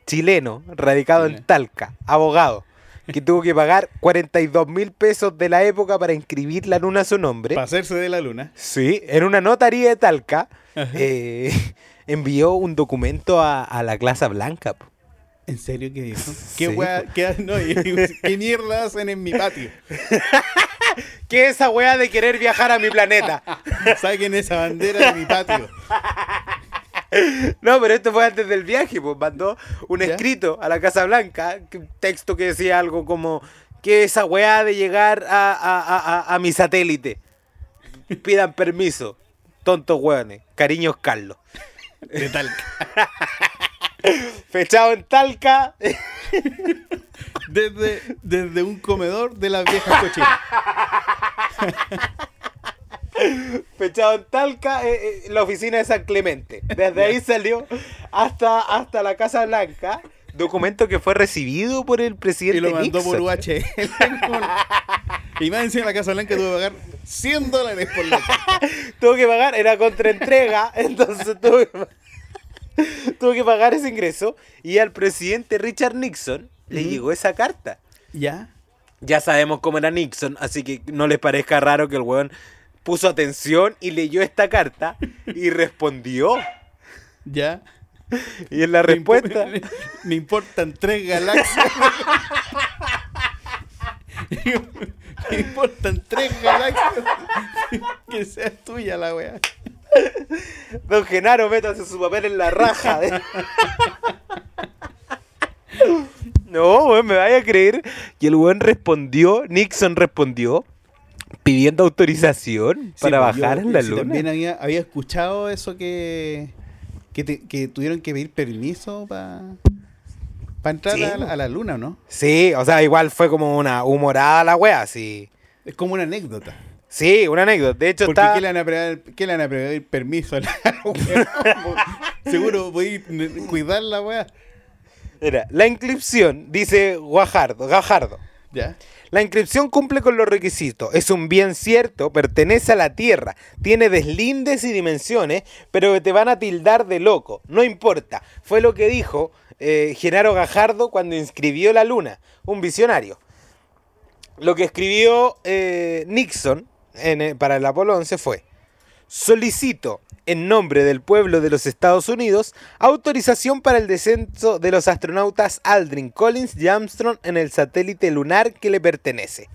Speaker 1: chileno, radicado en
Speaker 2: Chile.
Speaker 1: Talca, abogado, que tuvo que pagar 42 mil pesos de la época para inscribir la Nuna a su nombre.
Speaker 2: Para hacerse de la luna.
Speaker 1: Sí, en una notaría de Talca, eh, envió un documento a, a la Plaza Blanca. po.
Speaker 2: ¿En serio qué dijo? ¿Qué,
Speaker 1: Sí,
Speaker 2: wea- qué- no, y- y- ¿Qué mierda hacen en mi patio?
Speaker 1: ¿Qué es esa weá de querer viajar a mi planeta?
Speaker 2: Saquen esa bandera de mi patio.
Speaker 1: No, pero esto fue antes del viaje, pues mandó un
Speaker 2: ¿Ya?
Speaker 1: escrito a la Casa Blanca, que- un texto que decía algo como que esa weá de llegar a, a- a- a- a mi satélite. Pidan permiso, tontos weones, cariños Carlos.
Speaker 2: De Talca.
Speaker 1: Fechado en Talca,
Speaker 2: Desde, desde un comedor de las viejas cochinas.
Speaker 1: fechado en Talca, eh, eh, la oficina de San Clemente. Desde ahí salió hasta, hasta la Casa Blanca, documento que fue recibido por el presidente
Speaker 2: Y lo mandó
Speaker 1: Nixon.
Speaker 2: por UHL. y más encima la Casa Blanca tuvo que pagar 100 dólares por la
Speaker 1: tuvo que pagar, era contraentrega, entonces tuvo que, pa- tuvo que pagar ese ingreso y al presidente Richard Nixon le llegó esa carta.
Speaker 2: ¿Ya?
Speaker 1: Ya sabemos cómo era Nixon, así que no les parezca raro que el weón puso atención y leyó esta carta y respondió.
Speaker 2: ¿Ya?
Speaker 1: Y en la
Speaker 2: Me impo-
Speaker 1: respuesta...
Speaker 2: Me importan tres galaxias. Me importan tres galaxias. Que sea tuya la wea.
Speaker 1: Don Genaro, métase su papel en la raja. no, weón, me vaya a creer. Y el weón respondió, Nixon respondió, pidiendo autorización
Speaker 2: Sí,
Speaker 1: para
Speaker 2: pues, yo-
Speaker 1: bajar en la
Speaker 2: sí,
Speaker 1: luna.
Speaker 2: También había, había escuchado eso que, que, te- que tuvieron que pedir permiso para entrar
Speaker 1: Sí,
Speaker 2: a, la-
Speaker 1: pues.
Speaker 2: a la luna, ¿no?
Speaker 1: Sí, o sea, igual fue como una humorada la wea, sí.
Speaker 2: Es como una anécdota.
Speaker 1: Sí, una anécdota. De hecho,
Speaker 2: Porque
Speaker 1: está...
Speaker 2: ¿qué le van a pedir, qué le van a pedir permiso a la wea? Seguro voy a cuidar la wea.
Speaker 1: Mira, la inscripción, dice Guajardo, Gajardo.
Speaker 2: Ya.
Speaker 1: La inscripción cumple con los requisitos. Es un bien cierto, pertenece a la tierra, tiene deslindes y dimensiones, pero te van a tildar de loco. No importa. Fue lo que dijo eh, Genaro Gajardo cuando inscribió la luna, un visionario. Lo que escribió eh, Nixon en, eh, para el Apolo 11 fue: Solicito, en nombre del pueblo de los Estados Unidos, autorización para el descenso de los astronautas Aldrin Collins y Armstrong en el satélite lunar que le pertenece.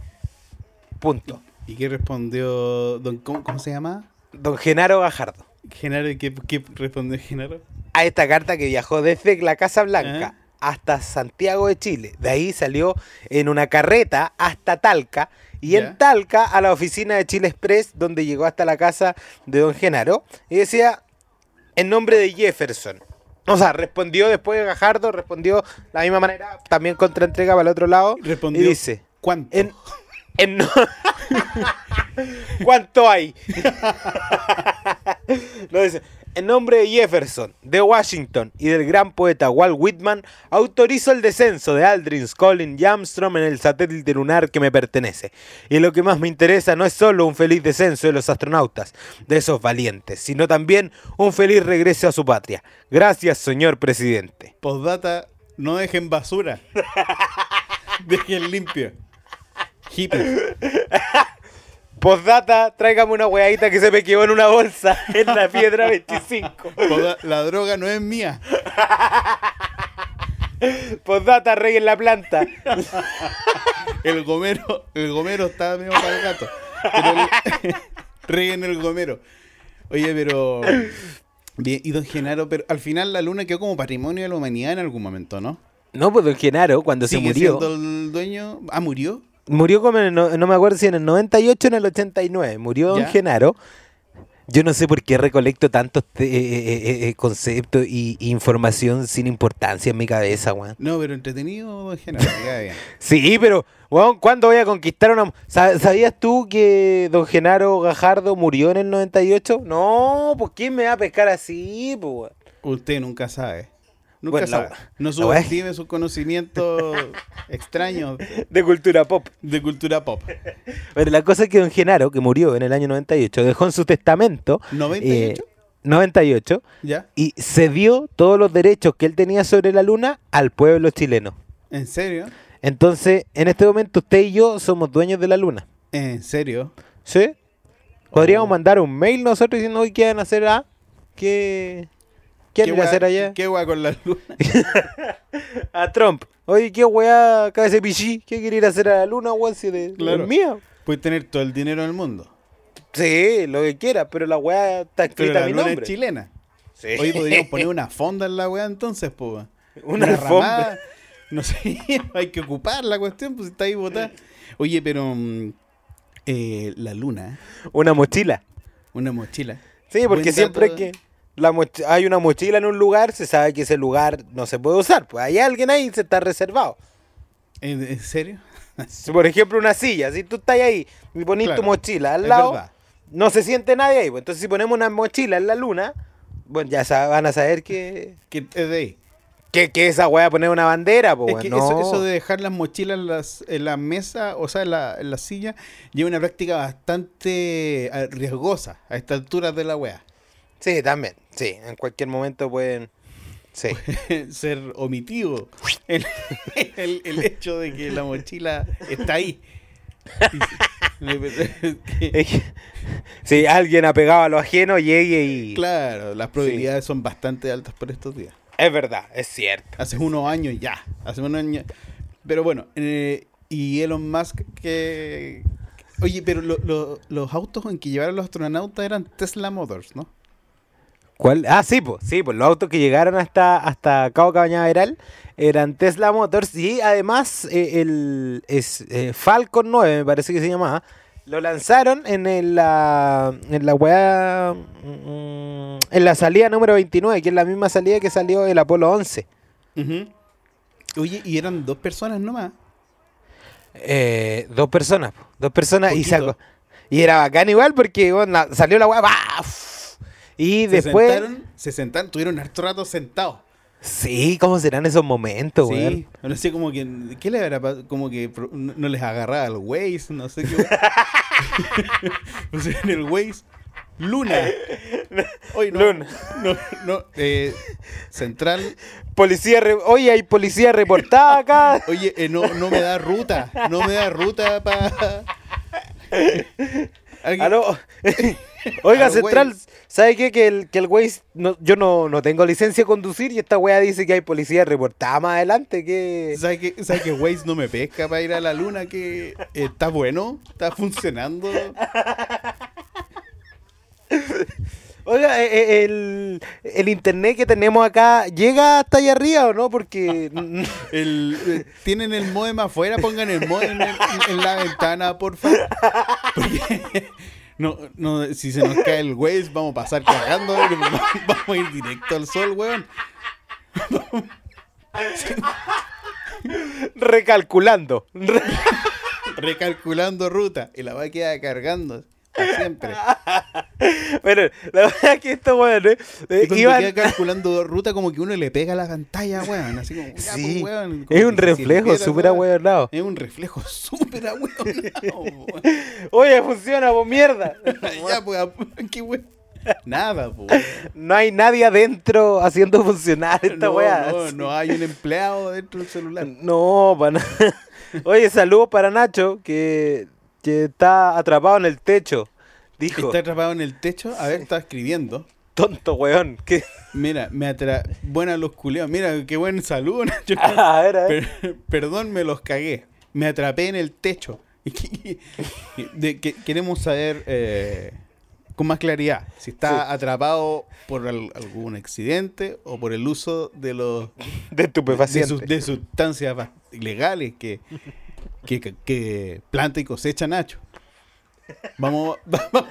Speaker 1: Punto.
Speaker 2: ¿Y qué respondió don, ¿cómo, cómo se llama?
Speaker 1: Don Genaro Gajardo.
Speaker 2: Genaro, ¿qué, qué respondió Genaro?
Speaker 1: a esta carta que viajó desde la Casa Blanca
Speaker 2: Ajá.
Speaker 1: hasta Santiago de Chile. De ahí salió en una carreta hasta Talca y en
Speaker 2: Ya.
Speaker 1: Talca a la oficina de Chile Express donde llegó hasta la casa de don Genaro y decía en nombre de Jefferson. O sea, respondió después de Gajardo, respondió de la misma manera, también contraentrega para el otro lado.
Speaker 2: Respondió.
Speaker 1: Y dice,
Speaker 2: ¿Cuánto?
Speaker 1: en, en no- ¿Cuánto hay? Lo dice. En nombre de Jefferson, de Washington y del gran poeta Walt Whitman, autorizo el descenso de Aldrin Colin y Armstrong en el satélite lunar que me pertenece. Y lo que más me interesa no es solo un feliz descenso de los astronautas, de esos valientes, sino también un feliz regreso a su patria. Gracias, señor presidente.
Speaker 2: Postdata, no dejen basura. dejen limpio. Hippie.
Speaker 1: Postdata, tráigame una hueadita que se me quedó en una bolsa en la piedra 25.
Speaker 2: Postda- La droga no es mía.
Speaker 1: Postdata, rey en la planta.
Speaker 2: El gomero, el gomero está medio para el gato. Pero el- Reguen el gomero. Oye, pero. Bien, y don Genaro, pero al final la luna quedó como patrimonio de la humanidad en algún momento, ¿no?
Speaker 1: No, pues don Genaro, cuando se
Speaker 2: Sigue
Speaker 1: murió,
Speaker 2: siendo el dueño. Ah, murió.
Speaker 1: murió como en, el no, no me acuerdo si en el 98 o en el 89. Murió don
Speaker 2: Ya.
Speaker 1: Genaro. Yo no sé por qué recolecto tantos te- eh, eh, eh, eh, conceptos y, y información sin importancia en mi cabeza, weón.
Speaker 2: No, pero entretenido, don Genaro. me cae bien.
Speaker 1: Sí, pero, weón, ¿cuándo voy a conquistar una... mu- Sa- ¿Sabías tú que don Genaro Gajardo murió en el 98? No, pues ¿quién me va a pescar así, pues, weón?
Speaker 2: Usted nunca sabe. Nunca
Speaker 1: Bueno, la-
Speaker 2: sabe. No
Speaker 1: la wea-
Speaker 2: subestime sus conocimientos extraños
Speaker 1: De cultura pop.
Speaker 2: de cultura pop.
Speaker 1: Pero la cosa es que don Genaro, que murió en el año 98, dejó en su testamento... eh,
Speaker 2: ¿98?
Speaker 1: 98
Speaker 2: ¿Ya?
Speaker 1: y cedió todos los derechos que él tenía sobre la luna al pueblo chileno.
Speaker 2: ¿En serio?
Speaker 1: Entonces, en este momento usted y yo somos dueños de la luna.
Speaker 2: ¿En serio?
Speaker 1: ¿Sí? Podríamos
Speaker 2: Oh.
Speaker 1: mandar un mail nosotros diciendo, hoy quieren hacer a... ¿Qué quieren ir a
Speaker 2: wea-
Speaker 1: hacer allá?
Speaker 2: ¿Qué hueá con la luna?
Speaker 1: A Trump. Oye, qué weá, ese pichí, ¿qué quiere ir a hacer a la luna, weón? Si de,
Speaker 2: Claro.
Speaker 1: es mía.
Speaker 2: Puedes tener todo el dinero del mundo.
Speaker 1: Sí, lo que quiera, pero la weá está
Speaker 2: Pero
Speaker 1: escrita a
Speaker 2: la
Speaker 1: mi
Speaker 2: luna
Speaker 1: nombre.
Speaker 2: es chilena.
Speaker 1: Sí.
Speaker 2: Hoy podríamos poner una fonda en la weá entonces, po. wea.
Speaker 1: pues, Una alfombra.
Speaker 2: ramada. No sé, hay que ocupar la cuestión, pues está ahí botada. Oye, pero mm, eh, la luna,
Speaker 1: Una mochila.
Speaker 2: una mochila.
Speaker 1: Sí, porque
Speaker 2: Buen
Speaker 1: siempre
Speaker 2: dato.
Speaker 1: que la moch- hay una mochila en un lugar, se sabe que ese lugar no se puede usar. Pues hay alguien ahí y se está reservado.
Speaker 2: ¿En, en serio?
Speaker 1: Si, Por ejemplo, una silla. Si tú estás ahí y pones
Speaker 2: Claro,
Speaker 1: tu mochila al
Speaker 2: es
Speaker 1: lado,
Speaker 2: verdad.
Speaker 1: no se siente nadie ahí. pues. Entonces, si ponemos una mochila en la luna, bueno, ya sa- van a saber que,
Speaker 2: Que es de ahí.
Speaker 1: que, que esa weá poner una bandera. Pues,
Speaker 2: es que
Speaker 1: weón,
Speaker 2: eso,
Speaker 1: no.
Speaker 2: eso de dejar las mochilas en, las- en la mesa, o sea, en la, en la silla, lleva una práctica bastante eh, riesgosa a esta altura de la wea.
Speaker 1: Sí, también. Sí, en cualquier momento pueden. Sí.
Speaker 2: ser omitido el, el- el hecho de que la mochila está ahí.
Speaker 1: Es que- si alguien apegado a lo ajeno llegue y.
Speaker 2: claro, las probabilidades son bastante altas por estos días.
Speaker 1: Es verdad, es cierto.
Speaker 2: Hace unos años ya, hace unos años. Pero bueno, eh, y Elon Musk que... Oye, pero lo- lo- los autos en que llevaron los astronautas eran Tesla Motors, ¿no?
Speaker 1: ¿Cuál? Ah, sí, pues, sí, pues los autos que llegaron hasta, hasta Cabo Cañaveral eran Tesla Motors y además eh, el es, eh, Falcon 9, me parece que se llamaba, lo lanzaron en, el, la, en la weá, mm, en la salida número 29, que es la misma salida que salió el Apolo 11.
Speaker 2: Oye, y eran dos personas nomás.
Speaker 1: Eh, dos personas, po, dos personas y
Speaker 2: Poquito.
Speaker 1: sacó. Y era bacán igual porque bueno, la- salió la weá, ¡bah! y después...
Speaker 2: Se sentaron, se sentaron, tuvieron harto rato sentados.
Speaker 1: Sí, ¿cómo serán esos momentos, weón?
Speaker 2: Sí, no sé, como que, ¿qué le habrá pas- Como que pro- no no les agarraba al Waze, no sé qué. no sé, en el Waze, Luna. Hoy no,
Speaker 1: Luna.
Speaker 2: No, no, eh, Central.
Speaker 1: Policía, re- oye, hay policía reportada acá.
Speaker 2: Oye, eh, no, no me da ruta, no me da ruta para...
Speaker 1: Aló. Ah, Oiga,
Speaker 2: Al
Speaker 1: Central,
Speaker 2: Waze.
Speaker 1: ¿sabe qué? Que el, que el Waze, no- yo no, no tengo licencia de conducir y esta wea dice que hay policía reportada más adelante. Que...
Speaker 2: ¿Sabes que, sabe que Waze no me pesca para ir a la luna? Que eh, está bueno, está funcionando.
Speaker 1: Oiga, llega eh, eh, el, el internet que tenemos acá? ¿Llega hasta allá arriba o no? Porque
Speaker 2: El, eh, Tienen el modem afuera, pongan el modem en, en la ventana, por favor. Porque no, no, si se nos cae el Waze, vamos a pasar cagando. y Vamos vamos a ir directo al sol, weón.
Speaker 1: recalculando.
Speaker 2: Recalculando ruta. Y la va a quedar cargando. para Siempre.
Speaker 1: bueno, la verdad es que esto, bueno, eh,
Speaker 2: Y
Speaker 1: eh,
Speaker 2: cuando
Speaker 1: iban-
Speaker 2: queda calculando ruta, como que uno le pega a la pantalla, weón. Así como, ya, pues,
Speaker 1: Sí,
Speaker 2: weón, como
Speaker 1: es
Speaker 2: que
Speaker 1: un
Speaker 2: si
Speaker 1: reflejo
Speaker 2: supieras,
Speaker 1: súper
Speaker 2: weón.
Speaker 1: ahueonado.
Speaker 2: Es un reflejo súper ahueonado, weón.
Speaker 1: Oye, funciona, pues mierda.
Speaker 2: ya, pues, ap- qué wea. Nada, pues.
Speaker 1: No hay nadie adentro haciendo funcionar esta
Speaker 2: no,
Speaker 1: weá.
Speaker 2: No, no hay un empleado dentro del celular.
Speaker 1: No, pa' na- Oye, saludos para Nacho, que, que está atrapado en el techo. Dijo,
Speaker 2: Está atrapado en el techo. A ver, está escribiendo.
Speaker 1: tonto weón. Que...
Speaker 2: Mira, me atra... Buena los culeos. Mira, qué buen saludo, Nacho.
Speaker 1: A ver, a ver.
Speaker 2: Per- perdón, me los cagué. Me atrapé en el techo. De- que- queremos saber eh, con más claridad si está atrapado por al- algún accidente o por el uso de los
Speaker 1: De
Speaker 2: de,
Speaker 1: estupefaciente.
Speaker 2: sus- de sustancias va- ilegales que, que, que- que planta y cosecha Nacho. Vamos, vamos,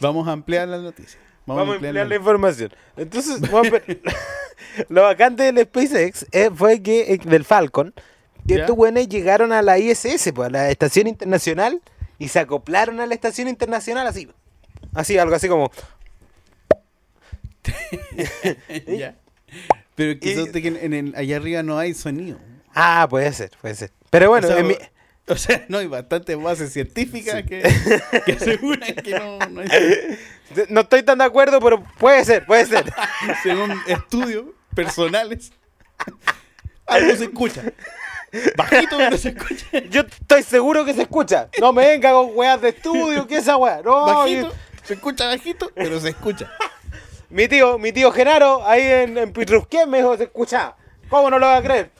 Speaker 2: vamos a ampliar la noticia.
Speaker 1: Vamos a emplear la
Speaker 2: la-
Speaker 1: información. Entonces, vamos a pe- lo vacante del SpaceX eh, fue que, eh, del Falcon, que
Speaker 2: Ya.
Speaker 1: estos güeyes llegaron a la ISS, pues, a la Estación Internacional, y se acoplaron a la Estación Internacional así. Así, algo así como...
Speaker 2: Ya. Pero quizás
Speaker 1: Y-
Speaker 2: te- que en, en- allá arriba no hay sonido.
Speaker 1: Ah, puede ser, puede ser. Pero bueno,
Speaker 2: o sea,
Speaker 1: en mi-
Speaker 2: o sea, no hay bastantes bases científicas que, que aseguran que no, no hay
Speaker 1: no estoy tan de acuerdo, pero puede ser, puede ser.
Speaker 2: Según estudios personales, algo se escucha. Bajito, pero se escucha.
Speaker 1: Yo estoy seguro que se escucha. No me venga con weas de estudio, que esa wea. No,
Speaker 2: bajito,
Speaker 1: yo-
Speaker 2: se escucha bajito, pero se escucha.
Speaker 1: Mi tío, mi tío Genaro, ahí en, en Pitrusquén me dijo que se escuchaba. ¿Cómo no lo vas a creer?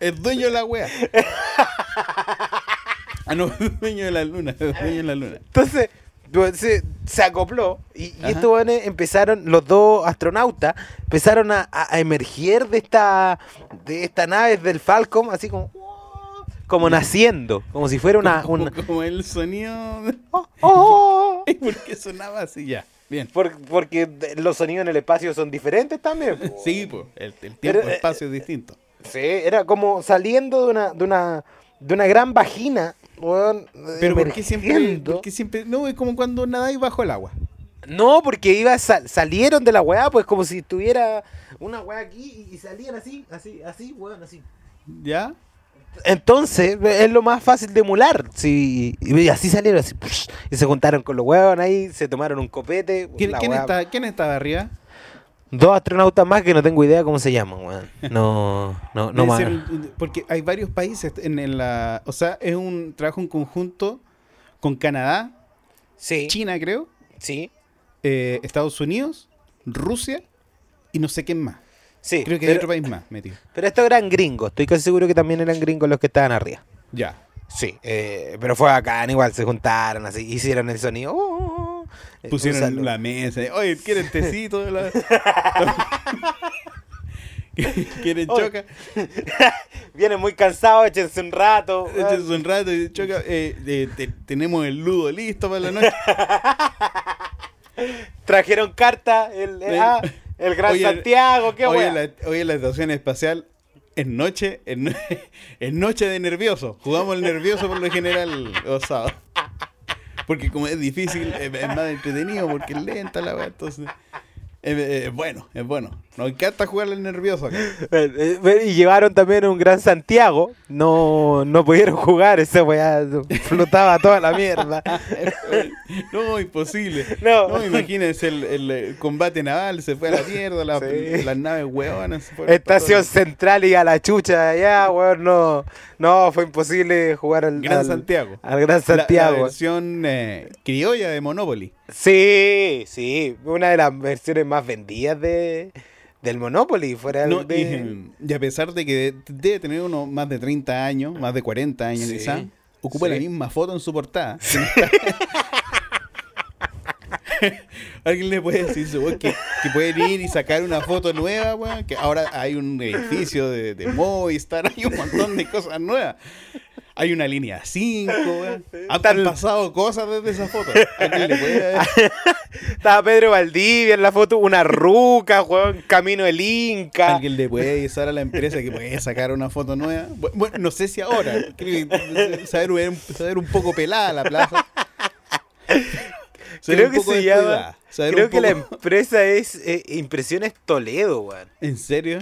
Speaker 2: Es dueño de la wea. Ah, no, es dueño de la luna, es dueño de la luna.
Speaker 1: Entonces, pues, se, se acopló y, y
Speaker 2: Ajá.
Speaker 1: estos weones empezaron, los dos astronautas, empezaron a, a- a emerger de esta de esta nave del Falcon, así como como naciendo, como si fuera una...
Speaker 2: Como,
Speaker 1: Ah, una-
Speaker 2: como el sonido. de-
Speaker 1: ¡Oh, oh, oh!
Speaker 2: ¿Por qué sonaba así? Ya, bien.
Speaker 1: Por- porque los sonidos en el espacio son diferentes también. po.
Speaker 2: Sí, pues, el, el tiempo,
Speaker 1: Pero, eh,
Speaker 2: el espacio es distinto.
Speaker 1: Sí, era como saliendo de una, de una, de una gran vagina. weón,
Speaker 2: Pero ¿por qué siempre,
Speaker 1: emergiendo.
Speaker 2: por qué siempre? No, es como cuando nadáis bajo el agua.
Speaker 1: No, porque iba sal- salieron de la weá, pues como si tuviera una weá aquí y, y salían así, así, así, weón, así.
Speaker 2: ¿Ya?
Speaker 1: Entonces, es lo más fácil de emular. Sí, y así salieron, así, psh, y se juntaron con los weón ahí, se tomaron un copete.
Speaker 2: ¿Quién,
Speaker 1: Pues la
Speaker 2: quién
Speaker 1: weá.
Speaker 2: está- quién estaba arriba?
Speaker 1: Dos astronautas más que no tengo idea cómo se llaman, weón. No, no, no
Speaker 2: Debe
Speaker 1: más.
Speaker 2: ser un- porque hay varios países en, en la... O sea, es un trabajo en conjunto con Canadá,
Speaker 1: Sí,
Speaker 2: China creo,
Speaker 1: sí,
Speaker 2: eh, Estados Unidos, Rusia y no sé quién más.
Speaker 1: sí.
Speaker 2: Creo que hay
Speaker 1: Eh, pero,
Speaker 2: otro país más metido.
Speaker 1: pero estos eran gringos, estoy casi seguro que también eran gringos los que estaban arriba.
Speaker 2: Ya.
Speaker 1: Sí, eh, pero fue bacán, igual se juntaron, así, hicieron el sonido. oh, oh, oh.
Speaker 2: Pusieron
Speaker 1: Un saludo.
Speaker 2: la mesa. eh, Oye, ¿quieren tecito? La- ¿Quieren
Speaker 1: Oye.
Speaker 2: choca?
Speaker 1: Vienen muy cansados, échense un rato. eh,
Speaker 2: Échense un rato y choca. Eh, eh, te- tenemos el ludo listo para la noche.
Speaker 1: Trajeron carta, el,
Speaker 2: Eh,
Speaker 1: ah, el Gran
Speaker 2: oye,
Speaker 1: Santiago, qué
Speaker 2: Hoy
Speaker 1: bueno.
Speaker 2: en, la, hoy en la estación espacial es noche, es, no- es noche de nervioso. Jugamos el nervioso por lo general los sábados. Porque como es difícil, es, es más entretenido porque es lenta la weá, entonces. Es, es bueno, es bueno. Nos encanta jugar el nervioso acá.
Speaker 1: Eh, eh, Y llevaron también un Gran Santiago. No, no pudieron jugar, esa weá flotaba toda la mierda.
Speaker 2: No, imposible.
Speaker 1: No.
Speaker 2: No, imagínense el, el, eh, combate naval, se fue a la mierda, la-
Speaker 1: Sí.
Speaker 2: las naves hueonas. se fueron para
Speaker 1: Estación
Speaker 2: todo
Speaker 1: Central y a la chucha allá, weón, no, no, fue imposible jugar al
Speaker 2: el- Gran
Speaker 1: al-
Speaker 2: Santiago.
Speaker 1: Al Gran
Speaker 2: La- La,
Speaker 1: Santiago.
Speaker 2: versión eh, criolla de Monopoly.
Speaker 1: Sí, sí, una de las versiones más vendidas de, del Monopoly, fuera
Speaker 2: No,
Speaker 1: de...
Speaker 2: y, y a pesar de que de- debe tener uno más de 30 años, más de 40 años
Speaker 1: Sí,
Speaker 2: quizás, ocupa
Speaker 1: sí.
Speaker 2: la misma foto en su portada. Alguien le puede decir su weón, que, que pueden ir y sacar una foto nueva, weón. Que ahora hay un edificio de, de Movistar, hay un montón de cosas nuevas. Hay una línea 5, weón. Han
Speaker 1: Tal-
Speaker 2: pasado cosas desde esa foto. Alguien le puede
Speaker 1: Estaba Pedro Valdivia en la foto, una ruca, weón, camino del Inca.
Speaker 2: Alguien le puede avisar a la empresa que puede sacar una foto nueva. Bu- Bueno, no sé si ahora. Creo que saber, un- saber un poco pelada la plaza. Saber
Speaker 1: Creo
Speaker 2: un
Speaker 1: que
Speaker 2: poco
Speaker 1: se
Speaker 2: descuidada.
Speaker 1: llama.
Speaker 2: Saber
Speaker 1: Creo
Speaker 2: un
Speaker 1: que la
Speaker 2: poco-
Speaker 1: empresa es eh, Impresiones Toledo, weón.
Speaker 2: ¿En serio?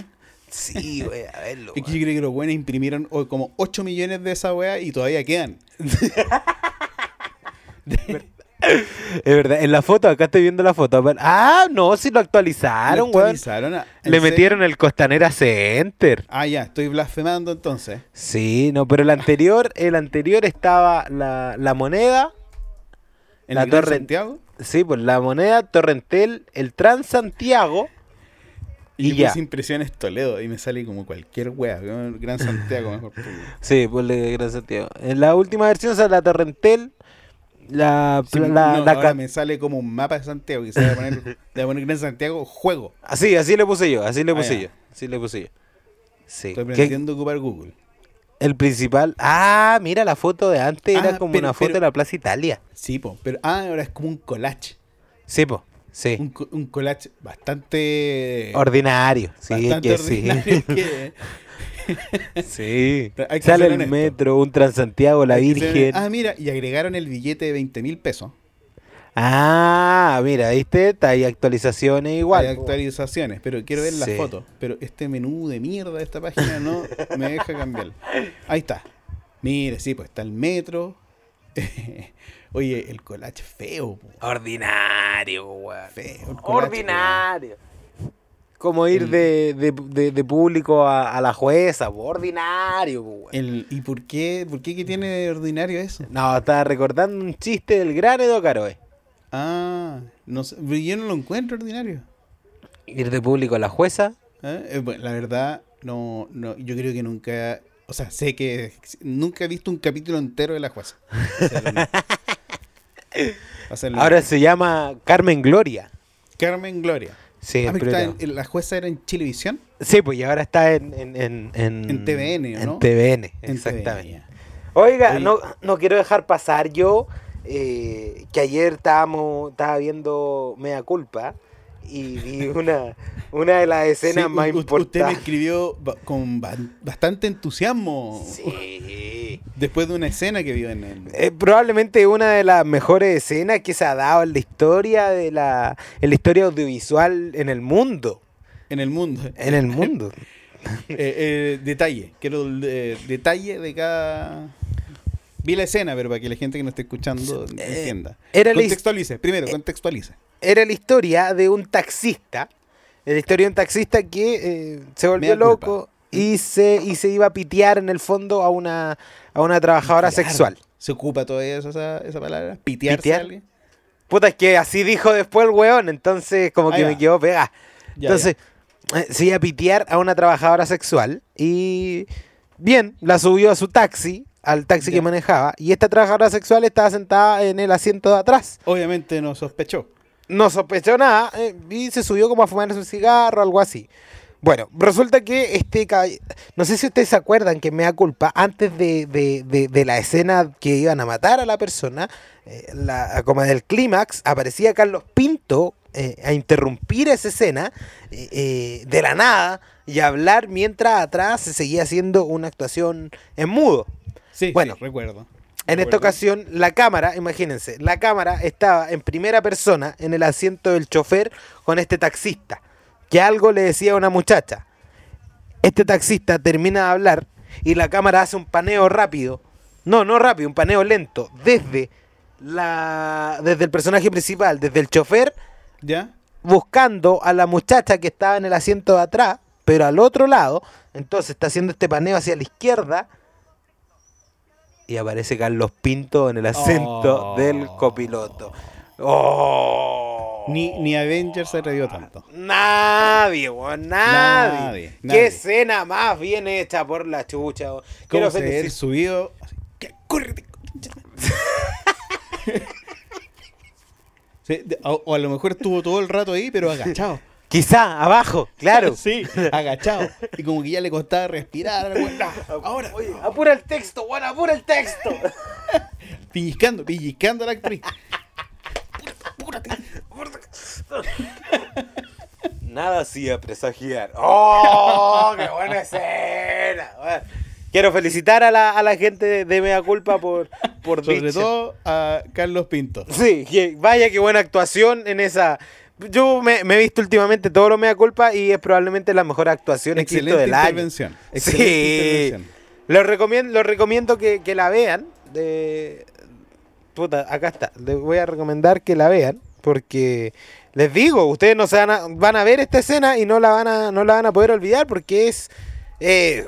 Speaker 1: Sí, güey, a verlo.
Speaker 2: Es que
Speaker 1: weón.
Speaker 2: yo creo que los buenos imprimieron o- como 8 millones de esa weá y todavía quedan.
Speaker 1: Es verdad, en la foto, acá estoy viendo la foto. pero- Ah, no, si lo
Speaker 2: Lo
Speaker 1: actualizaron, Ah, weón.
Speaker 2: actualizaron a- ¿en
Speaker 1: Le
Speaker 2: serio?
Speaker 1: metieron el Costanera Center.
Speaker 2: Ah, ya, estoy blasfemando entonces.
Speaker 1: Sí, no, pero el anterior, el anterior estaba la, la moneda.
Speaker 2: ¿En
Speaker 1: La
Speaker 2: el Gran
Speaker 1: torre-
Speaker 2: Santiago?
Speaker 1: Sí, pues la moneda, Torrentel, el Transantiago.
Speaker 2: Y,
Speaker 1: Y
Speaker 2: yo
Speaker 1: ya.
Speaker 2: puse impresiones Toledo y me sale como cualquier weá. como Gran Santiago mejor.
Speaker 1: Sí, pues le Gran Santiago. En la última versión, o sea, la Torrentel, la...
Speaker 2: Sí,
Speaker 1: la,
Speaker 2: no,
Speaker 1: la-
Speaker 2: ahora me sale como un mapa de Santiago y se va a poner, le voy a poner Gran Santiago juego.
Speaker 1: Así, así le puse yo, así le
Speaker 2: Ah,
Speaker 1: puse
Speaker 2: ya.
Speaker 1: yo. Así le puse yo. Sí.
Speaker 2: Estoy
Speaker 1: que-
Speaker 2: aprendiendo a ocupar Google.
Speaker 1: El principal. Ah, mira la foto de antes,
Speaker 2: Ah,
Speaker 1: era como
Speaker 2: pero-
Speaker 1: una foto
Speaker 2: pero-
Speaker 1: de la Plaza Italia.
Speaker 2: Sí, po, pero ah, ahora es como un collage.
Speaker 1: Sí, po. Sí.
Speaker 2: Un, co- un collage bastante.
Speaker 1: Ordinario. Sí, es
Speaker 2: bastante
Speaker 1: que
Speaker 2: ordinario que-
Speaker 1: sí. sí.
Speaker 2: Hay que
Speaker 1: Sale
Speaker 2: ser
Speaker 1: el
Speaker 2: honesto.
Speaker 1: metro, un Transantiago, la
Speaker 2: hay que ser-
Speaker 1: Virgen.
Speaker 2: Ah, mira, y agregaron el billete de 20 mil pesos.
Speaker 1: Ah, mira, ¿viste? Hay actualizaciones igual. pues.
Speaker 2: Hay
Speaker 1: po.
Speaker 2: actualizaciones, pero quiero ver las
Speaker 1: Sí.
Speaker 2: fotos. Pero este menú de mierda de esta página no me deja cambiar. Ahí está. Mire, sí, pues está el metro. Oye, el collage feo, po.
Speaker 1: Ordinario, weón.
Speaker 2: Feo, el collage,
Speaker 1: Ordinario. Como
Speaker 2: Mm.
Speaker 1: ir de, de- de- de público a, a la jueza, po. ordinario, po, weón.
Speaker 2: El, ¿Y por qué, por qué que tiene de ordinario eso?
Speaker 1: No, estaba recordando un chiste del gran Edo Caroe.
Speaker 2: Ah, no sé, pero yo no lo encuentro ordinario.
Speaker 1: Ir de público a la jueza,
Speaker 2: ¿eh? Eh, bueno, la verdad, no, no, yo creo que nunca, o sea, sé que ex- nunca he visto un capítulo entero de La Jueza. Va a ser lo mismo. Va a ser lo mismo.
Speaker 1: Ahora se llama Carmen Gloria.
Speaker 2: Carmen Gloria.
Speaker 1: Sí,
Speaker 2: Ah,
Speaker 1: el
Speaker 2: pero está
Speaker 1: programa.
Speaker 2: en- en- la jueza era en Chilevisión.
Speaker 1: sí, pues y ahora está en, en, en,
Speaker 2: En TVN, ¿no?
Speaker 1: En TVN,
Speaker 2: En
Speaker 1: exactamente.
Speaker 2: TVN.
Speaker 1: Oiga,
Speaker 2: Oye.
Speaker 1: no, no quiero dejar pasar yo eh, que ayer estábamos, estaba viendo Mea Culpa y vi una, una de las escenas
Speaker 2: Sí,
Speaker 1: más
Speaker 2: u- u- Usted me
Speaker 1: importantes.
Speaker 2: escribió ba- con ba- bastante entusiasmo
Speaker 1: Sí.
Speaker 2: después de una escena que vio en el...
Speaker 1: Es probablemente una de las mejores escenas que se ha dado en la historia de la, en la historia audiovisual en el mundo.
Speaker 2: en el mundo.
Speaker 1: En el mundo.
Speaker 2: Eh, eh, detalle, quiero el eh, detalle de cada. Vi la escena, pero para que la gente que no esté escuchando entienda.
Speaker 1: eh, era eh, la his-
Speaker 2: contextualice, primero, contextualice.
Speaker 1: era la historia de un taxista. Era La historia de un taxista que eh, se volvió
Speaker 2: Mea culpa.
Speaker 1: loco y se, y se iba a pitear en el fondo a una, a una trabajadora
Speaker 2: Pitear.
Speaker 1: sexual.
Speaker 2: ¿Se ocupa todavía esa, esa, esa palabra? ¿Pitearse
Speaker 1: ¿Pitear?
Speaker 2: a alguien?
Speaker 1: Puta, es que así dijo después el weón, entonces como
Speaker 2: Ahí
Speaker 1: que
Speaker 2: va.
Speaker 1: me quedó pegada.
Speaker 2: Ya,
Speaker 1: Entonces, eh, se iba a pitear a una trabajadora sexual y bien, la subió a su taxi, al taxi
Speaker 2: Ya.
Speaker 1: que manejaba, y esta trabajadora sexual estaba sentada en el asiento de atrás.
Speaker 2: Obviamente no sospechó.
Speaker 1: no sospechó nada eh, y se subió como a fumar su cigarro, algo así. Bueno, resulta que este caball- No sé si ustedes se acuerdan que me da culpa. Antes de, de- de- de la escena que iban a matar a la persona, eh, la, como del clímax, aparecía Carlos Pinto eh, a interrumpir esa escena eh, eh, de la nada y a hablar mientras atrás se seguía haciendo una actuación en mudo.
Speaker 2: Sí,
Speaker 1: Bueno.
Speaker 2: sí, recuerdo.
Speaker 1: En esta
Speaker 2: Recuerdo.
Speaker 1: ocasión, la cámara, imagínense, la cámara estaba en primera persona en el asiento del chofer con este taxista, que algo le decía a una muchacha. Este taxista termina de hablar y la cámara hace un paneo rápido, no, no rápido, un paneo lento, desde, la, desde el personaje principal, desde el chofer,
Speaker 2: ¿Ya?
Speaker 1: buscando a la muchacha que estaba en el asiento de atrás, pero al otro lado. Entonces está haciendo este paneo hacia la izquierda. Y aparece Carlos Pinto en el asiento
Speaker 2: Oh.
Speaker 1: del copiloto. ¡Oh!
Speaker 2: Ni, ni Avengers se atrevió tanto.
Speaker 1: Nadie, weón, nadie.
Speaker 2: Nadie,
Speaker 1: Qué
Speaker 2: nadie.
Speaker 1: escena más bien hecha por la chucha, weón.
Speaker 2: ¿Cómo
Speaker 1: Quiero
Speaker 2: se ve el
Speaker 1: felicitar.
Speaker 2: subido? Así, "Ya, córrete, concha". Sí, de- O, o a lo mejor estuvo todo el rato ahí, pero agachado.
Speaker 1: Quizá, abajo, claro.
Speaker 2: Sí, agachado. Y como que ya le costaba respirar. al weón. Ah, Ahora,
Speaker 1: Oye, apura el texto, bueno, apura el texto.
Speaker 2: pellizcando, pellizcando a la actriz.
Speaker 1: Nada hacía presagiar. ¡Oh! ¡Qué buena escena! Bueno, Quiero felicitar a la, a la gente de- de Mea Culpa por, por
Speaker 2: Sobre
Speaker 1: dicha.
Speaker 2: todo a Carlos Pinto.
Speaker 1: Sí, que- vaya que buena actuación en esa. Yo me, me he visto últimamente todo lo Mea Culpa y es probablemente la mejor actuación que he visto
Speaker 2: Excelente
Speaker 1: del año.
Speaker 2: intervención.
Speaker 1: Sí.
Speaker 2: Excelente intervención.
Speaker 1: Los recomiendo, los recomiendo que, que la vean. De... Puta, acá está. Les voy a recomendar que la vean. Porque les digo, ustedes no se van a, van a ver esta escena y no la van a, no la van a poder olvidar porque es. eh,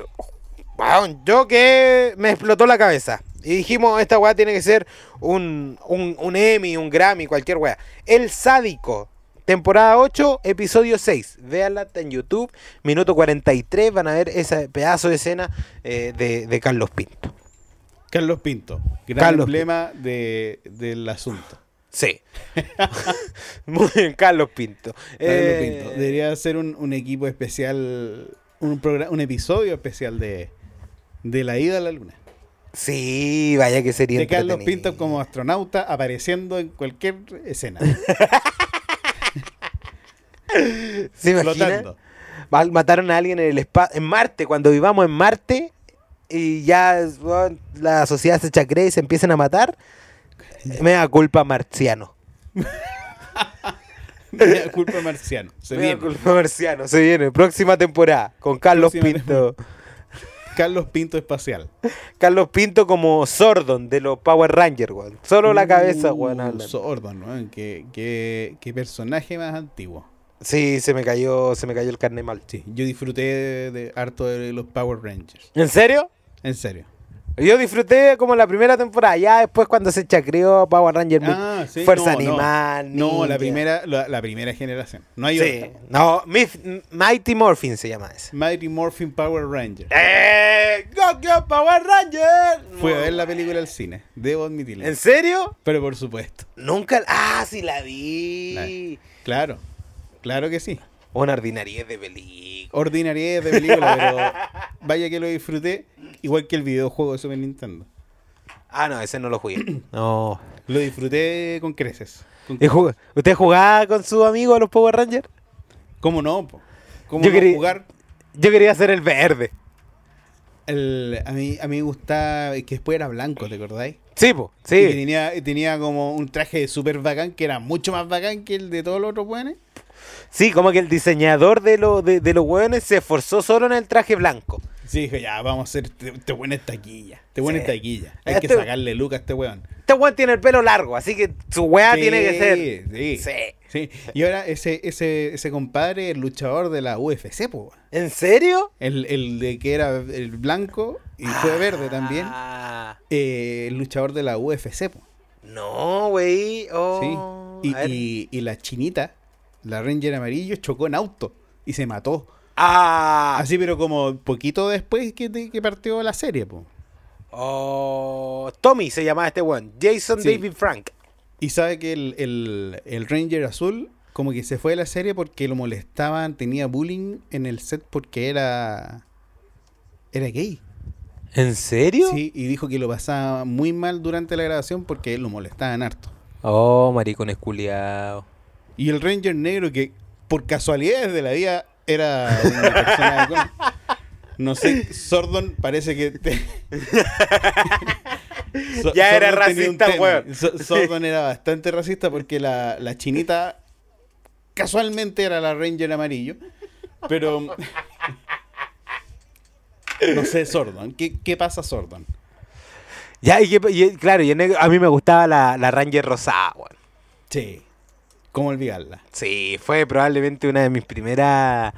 Speaker 1: weón, yo que me explotó la cabeza. Y dijimos, esta weá tiene que ser un, un, un Emmy, un Grammy, cualquier weá. El sádico. Temporada 8, episodio 6. Véanla está en YouTube. Minuto 43. Van a ver ese pedazo de escena eh, de, de Carlos Pinto.
Speaker 2: Carlos Pinto. Gran
Speaker 1: Carlos
Speaker 2: emblema de- del asunto.
Speaker 1: Sí. Muy bien, Carlos Pinto.
Speaker 2: Carlos
Speaker 1: Eh,
Speaker 2: Pinto. Debería ser un, un equipo especial, un, programa, un episodio especial de, de la ida a la luna.
Speaker 1: Sí, vaya que sería.
Speaker 2: de Carlos
Speaker 1: entretenido.
Speaker 2: Pinto como astronauta apareciendo en cualquier escena.
Speaker 1: ¿Se imagina?
Speaker 2: flotando.
Speaker 1: Mal- Mataron a alguien en el spa- en Marte, cuando vivamos en Marte y ya weón, la sociedad se chacree y se empiezan a matar. eh, Me da culpa marciano.
Speaker 2: Mea culpa marciano. Se
Speaker 1: Me da
Speaker 2: viene.
Speaker 1: culpa marciano, se viene. Próxima temporada con Carlos
Speaker 2: Próxima
Speaker 1: Pinto.
Speaker 2: Carlos Pinto espacial.
Speaker 1: Carlos Pinto como Sordon de los Power Rangers, weón. Solo la cabeza,
Speaker 2: Uh,
Speaker 1: weón. hablan.
Speaker 2: Sordon, weón. Qué, qué- qué personaje más antiguo.
Speaker 1: Sí, se me cayó, se me cayó el carne mal.
Speaker 2: Sí, yo disfruté de, de harto de los Power Rangers.
Speaker 1: ¿En serio?
Speaker 2: En serio.
Speaker 1: Yo disfruté como la primera temporada, ya después cuando se chacrió Power Ranger,
Speaker 2: Ah, sí,
Speaker 1: Fuerza
Speaker 2: no, no.
Speaker 1: Animal.
Speaker 2: No,
Speaker 1: Ninja.
Speaker 2: la primera, la, la primera generación. No hay
Speaker 1: Sí.
Speaker 2: otra.
Speaker 1: No, Mif- Mighty Morphin se llama esa.
Speaker 2: Mighty Morphin Power Ranger.
Speaker 1: ¡Eh! ¡Go, go, Power Ranger!
Speaker 2: Fui a ver la película al cine, debo admitirlo.
Speaker 1: ¿En serio?
Speaker 2: Pero por supuesto.
Speaker 1: Nunca. Ah, sí la vi.
Speaker 2: Claro, claro que sí.
Speaker 1: Una ordinariedad de película.
Speaker 2: Ordinariedad de película, pero vaya que lo disfruté. Igual que el videojuego de Super Nintendo.
Speaker 1: Ah, no, ese no lo jugué. no.
Speaker 2: Lo disfruté con creces. Con-
Speaker 1: ¿Y jug- ¿Usted jugaba con su amigo a los Power Rangers?
Speaker 2: ¿Cómo no? po? ¿Cómo
Speaker 1: Yo
Speaker 2: no
Speaker 1: quería-
Speaker 2: jugar?
Speaker 1: Yo quería ser el verde.
Speaker 2: El- a, mí, a mí me gustaba, que después era blanco, ¿te acordáis?
Speaker 1: Sí, po,
Speaker 2: Y que
Speaker 1: sí.
Speaker 2: tenía, tenía como un traje súper bacán, que era mucho más bacán que el de todos los otros buenos.
Speaker 1: Sí, como que el diseñador de, lo- de, de los hueones se esforzó solo en el traje blanco.
Speaker 2: Sí, dijo, ya, vamos a hacer, este, te, te buena esta taquilla, te buena
Speaker 1: Sí.
Speaker 2: esta taquilla. Hay que
Speaker 1: Este-
Speaker 2: sacarle luca a este weón.
Speaker 1: Este hueón tiene el pelo largo, así que su hueá Ah, tiene que ser.
Speaker 2: Sí,
Speaker 1: Sí.
Speaker 2: sí. Y ahora ese, ese, ese compadre, el luchador de la UFC, po, weón.
Speaker 1: ¿En serio?
Speaker 2: el, el de que era el blanco y fue verde también.
Speaker 1: Ah,
Speaker 2: eh, el luchador de la UFC, po.
Speaker 1: no, güey. Oh,
Speaker 2: Sí. Y,
Speaker 1: a ver.
Speaker 2: y- y la chinita, la Ranger amarillo, chocó en auto y se mató.
Speaker 1: Ah,
Speaker 2: Así, pero como poquito después que, te- que partió la serie, po.
Speaker 1: oh, Tommy se llamaba este hueón. Jason
Speaker 2: Sí.
Speaker 1: David Frank.
Speaker 2: Y sabe que el, el- el Ranger azul, como que se fue de la serie porque lo molestaban, tenía bullying en el set porque era. Era gay.
Speaker 1: ¿En serio?
Speaker 2: Sí, y dijo que lo pasaba muy mal durante la grabación porque lo molestaban harto.
Speaker 1: Oh, maricón esculeado.
Speaker 2: Y el Ranger negro que por casualidades de la vida era una persona de color. No sé, Sordon parece que... te- So-
Speaker 1: Ya era
Speaker 2: Sordon tenía un
Speaker 1: racista,
Speaker 2: tema.
Speaker 1: weón.
Speaker 2: So- Sordon era bastante racista porque la, la chinita casualmente era la Ranger amarillo. Pero... No sé, Sordon. ¿Qué, qué pasa, Sordon?
Speaker 1: Ya, y, que- y- claro, y en negro- a mí me gustaba la, la Ranger rosada, hueón.
Speaker 2: Sí. ¿Cómo olvidarla?
Speaker 1: Sí, fue probablemente una de mis primeras.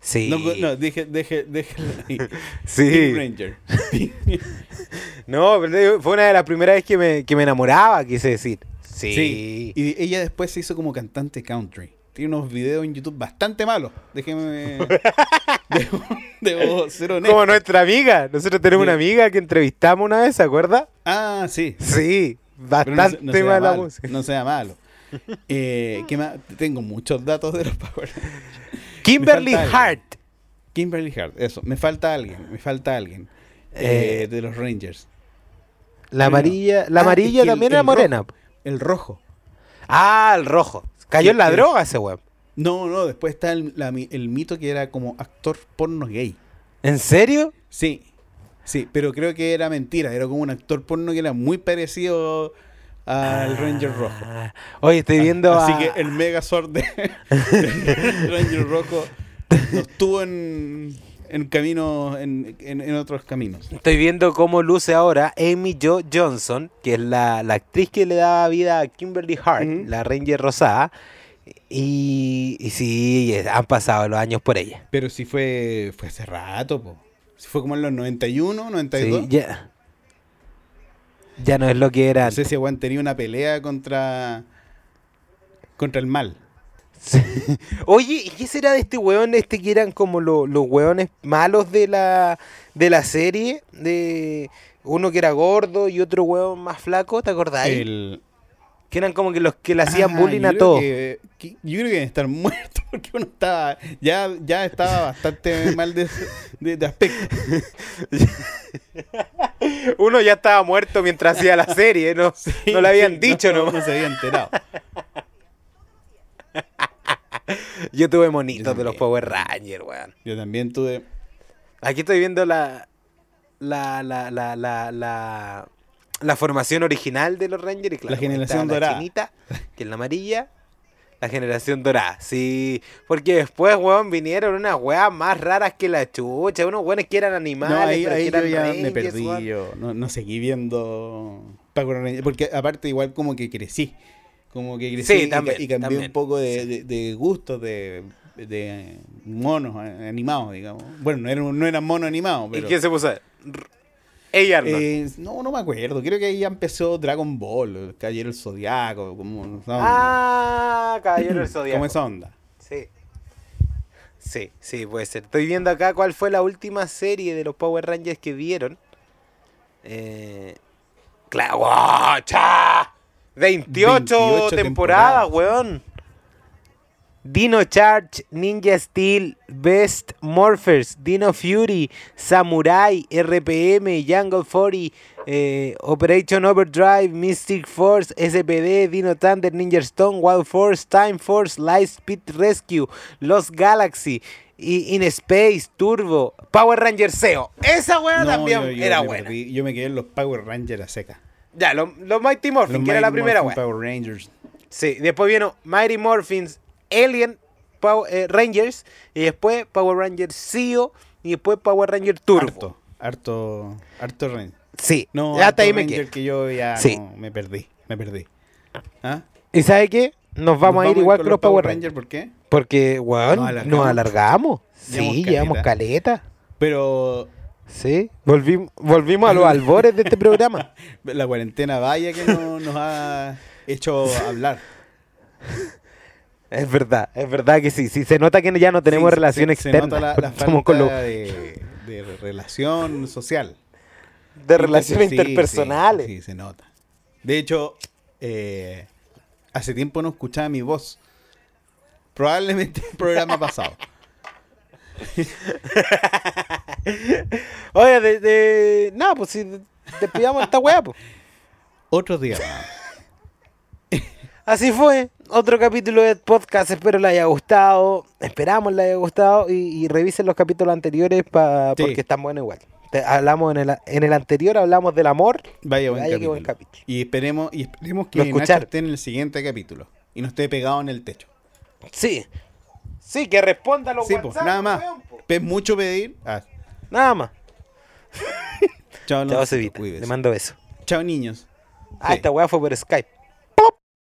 Speaker 1: Sí.
Speaker 2: No, no, deje, deje, déjela ahí.
Speaker 1: Sí.
Speaker 2: Pink Ranger.
Speaker 1: No, pero te digo, fue una de las primeras veces que me, que me enamoraba, quise decir. Sí.
Speaker 2: Sí. Y ella después se hizo como cantante country. Tiene unos videos en YouTube bastante malos. Déjeme. debo, debo ser honesto.
Speaker 1: Como nuestra amiga. Nosotros tenemos
Speaker 2: Sí.
Speaker 1: una amiga que entrevistamos una vez, ¿se acuerda?
Speaker 2: Ah, sí.
Speaker 1: Sí.
Speaker 2: Pero no se-
Speaker 1: Bastante
Speaker 2: no sea
Speaker 1: mala
Speaker 2: malo,
Speaker 1: música.
Speaker 2: No sea malo. Eh, ¿qué más? Tengo muchos datos de los Power Rangers.
Speaker 1: Kimberly
Speaker 2: Me falta
Speaker 1: Hart.
Speaker 2: Kimberly Hart, eso. Me falta alguien, me falta alguien. eh, de los Rangers.
Speaker 1: La
Speaker 2: No, no.
Speaker 1: amarilla,
Speaker 2: Ah,
Speaker 1: la
Speaker 2: es
Speaker 1: amarilla
Speaker 2: que el-
Speaker 1: también
Speaker 2: el
Speaker 1: era morena.
Speaker 2: rojo, el rojo.
Speaker 1: Ah, el rojo. Cayó en la
Speaker 2: Sí, sí.
Speaker 1: droga ese weón.
Speaker 2: No, no, después está el, la mi- el mito que era como actor porno gay.
Speaker 1: ¿En serio?
Speaker 2: Sí, sí, pero creo que era mentira. Era como un actor porno que era muy parecido al Ranger Rojo.
Speaker 1: Ah, Oye, estoy viendo
Speaker 2: Así
Speaker 1: a-
Speaker 2: que el Megazord de del Ranger Rojo no estuvo en, en camino, en, en- en otros caminos.
Speaker 1: Estoy viendo cómo luce ahora Amy Jo Johnson, que es la, la actriz que le daba vida a Kimberly Hart,
Speaker 2: Ujú.
Speaker 1: la Ranger Rosada. Y, y sí, es- han pasado los años por ella.
Speaker 2: Pero sí fue, fue hace rato, po. Sí fue como en los 91,
Speaker 1: Sí,
Speaker 2: 92.
Speaker 1: ya, ya no es lo que era.
Speaker 2: No sé si Juan tenía una pelea contra, contra el mal.
Speaker 1: Oye, ¿y qué será de este weón? Este que eran como lo- los weones malos de la, de la serie. De uno que era gordo y otro weón más flaco, ¿te acordáis?
Speaker 2: El,
Speaker 1: Que eran como que los que le hacían
Speaker 2: Ah,
Speaker 1: bullying
Speaker 2: yo
Speaker 1: a
Speaker 2: creo
Speaker 1: todos.
Speaker 2: que- que- yo creo que deben estar muertos porque uno estaba. Ya, ya estaba bastante mal de, de- de aspecto.
Speaker 1: Uno ya estaba muerto mientras hacía la serie, no, no le habían
Speaker 2: Sí,
Speaker 1: dicho
Speaker 2: no,
Speaker 1: nomás.
Speaker 2: No se había enterado.
Speaker 1: Yo tuve monitos
Speaker 2: Yo
Speaker 1: de los
Speaker 2: también.
Speaker 1: Power Rangers, weón.
Speaker 2: Yo también tuve.
Speaker 1: Aquí estoy viendo la la, la, la, la, la, la formación original de los Rangers. y claro,
Speaker 2: La generación
Speaker 1: estaba
Speaker 2: dorada.
Speaker 1: La chinita, que es la amarilla. La generación dorada, sí. Porque después, weón, vinieron unas weas más raras que la chucha. Unos weones que eran animales,
Speaker 2: no, ahí,
Speaker 1: pero
Speaker 2: ahí
Speaker 1: que
Speaker 2: yo
Speaker 1: eran
Speaker 2: ya me
Speaker 1: Rangers,
Speaker 2: perdí.
Speaker 1: weón.
Speaker 2: Yo no, no seguí viendo Paco Ranger. Porque aparte, igual como que crecí. Como que crecí
Speaker 1: Sí,
Speaker 2: y ca-
Speaker 1: también,
Speaker 2: y, cambié
Speaker 1: también.
Speaker 2: un poco de, de- de gustos de, de monos eh, animados, digamos. Bueno, no eran, no eran monos animados, pero.
Speaker 1: ¿Y qué se puso? R- Ey, Arnold.
Speaker 2: Eh, no, no me acuerdo. Creo que ahí ya empezó Dragon Ball, Caballero el Zodiaco, como no,
Speaker 1: ah, Caballero del
Speaker 2: no,
Speaker 1: Zodíaco.
Speaker 2: como esa onda.
Speaker 1: Sí. Sí, sí, puede ser. Estoy viendo acá cuál fue la última serie de los Power Rangers que vieron. Eh... ¡Claro! ¡guau! ¡Cha! 28,
Speaker 2: 28
Speaker 1: temporadas,
Speaker 2: temporadas.
Speaker 1: weón. Dino Charge, Ninja Steel, Best Morphers, Dino Fury, Samurai, RPM, Jungle 40, eh, Operation Overdrive, Mystic Force, SPD, Dino Thunder, Ninja Stone, Wild Force, Time Force, Lightspeed Rescue, Lost Galaxy, y In Space, Turbo, Power Ranger SEO. Esa weá
Speaker 2: No,
Speaker 1: Ah, también
Speaker 2: yo- yo
Speaker 1: era
Speaker 2: me
Speaker 1: buena.
Speaker 2: perdí. yo me quedé en los Power Rangers a seca.
Speaker 1: Ya, los los Mighty Morphin,
Speaker 2: Los
Speaker 1: que era la
Speaker 2: Mighty
Speaker 1: primera
Speaker 2: Morphin
Speaker 1: weá.
Speaker 2: Power Rangers.
Speaker 1: Sí, después vino Mighty Morphins, Alien, Pow- eh, Rangers, y después Power Rangers SEO, y después Power Ranger Turbo.
Speaker 2: Harto, harto, harto Ranger.
Speaker 1: Sí,
Speaker 2: No,
Speaker 1: ya
Speaker 2: harto
Speaker 1: hasta ahí me
Speaker 2: Ranger
Speaker 1: quedé.
Speaker 2: que yo ya
Speaker 1: Sí.
Speaker 2: no, me perdí, me perdí. ¿Ah?
Speaker 1: ¿Y sabe qué? Nos vamos
Speaker 2: ¿Nos
Speaker 1: a ir igual que los Power
Speaker 2: Rangers,
Speaker 1: Rangers.
Speaker 2: ¿por qué?
Speaker 1: Porque, weón,
Speaker 2: Nos
Speaker 1: nos,
Speaker 2: alargamos.
Speaker 1: alargamos.
Speaker 2: Llevamos
Speaker 1: sí, llevamos caleta.
Speaker 2: Pero
Speaker 1: Sí, volvimos, volvimos a los albores de este programa.
Speaker 2: la cuarentena vaya que no, nos ha hecho hablar.
Speaker 1: Es verdad, es verdad que sí. sí se nota que ya no tenemos
Speaker 2: Sí, se-
Speaker 1: relación
Speaker 2: se- se
Speaker 1: externa.
Speaker 2: nota la- la,
Speaker 1: porque somos con
Speaker 2: falta
Speaker 1: lo-
Speaker 2: de, de relación social.
Speaker 1: de relaciones
Speaker 2: Sí,
Speaker 1: interpersonales.
Speaker 2: Sí, sí, se nota. De hecho, eh, hace tiempo no escuchaba mi voz. Probablemente el programa pasado.
Speaker 1: Oye, de, de... nada, pues si despidamos esta weá, pues.
Speaker 2: Otro día. más.
Speaker 1: Así fue, otro capítulo de podcast, espero les haya gustado, esperamos les haya gustado y, y revisen los capítulos anteriores pa,
Speaker 2: Sí.
Speaker 1: porque están buenos igual. Te- hablamos en el, en el anterior, hablamos del amor,
Speaker 2: Vaya buen
Speaker 1: Vaya que
Speaker 2: capítulo.
Speaker 1: buen capítulo.
Speaker 2: Y esperemos, y esperemos
Speaker 1: Lo
Speaker 2: que Nacho
Speaker 1: escuchar.
Speaker 2: esté en el siguiente capítulo. Y no esté pegado en el techo.
Speaker 1: sí, sí, que responda a los
Speaker 2: Sí, pues,
Speaker 1: WhatsApp,
Speaker 2: nada más.
Speaker 1: weón, po.
Speaker 2: Es mucho pedir. Ah,
Speaker 1: Nada más,
Speaker 2: chao,
Speaker 1: chao
Speaker 2: Loncito,
Speaker 1: Cevita,
Speaker 2: cuídese.
Speaker 1: le mando besos.
Speaker 2: Chao, niños.
Speaker 1: Ah,
Speaker 2: Sí.
Speaker 1: esta weá fue por Skype.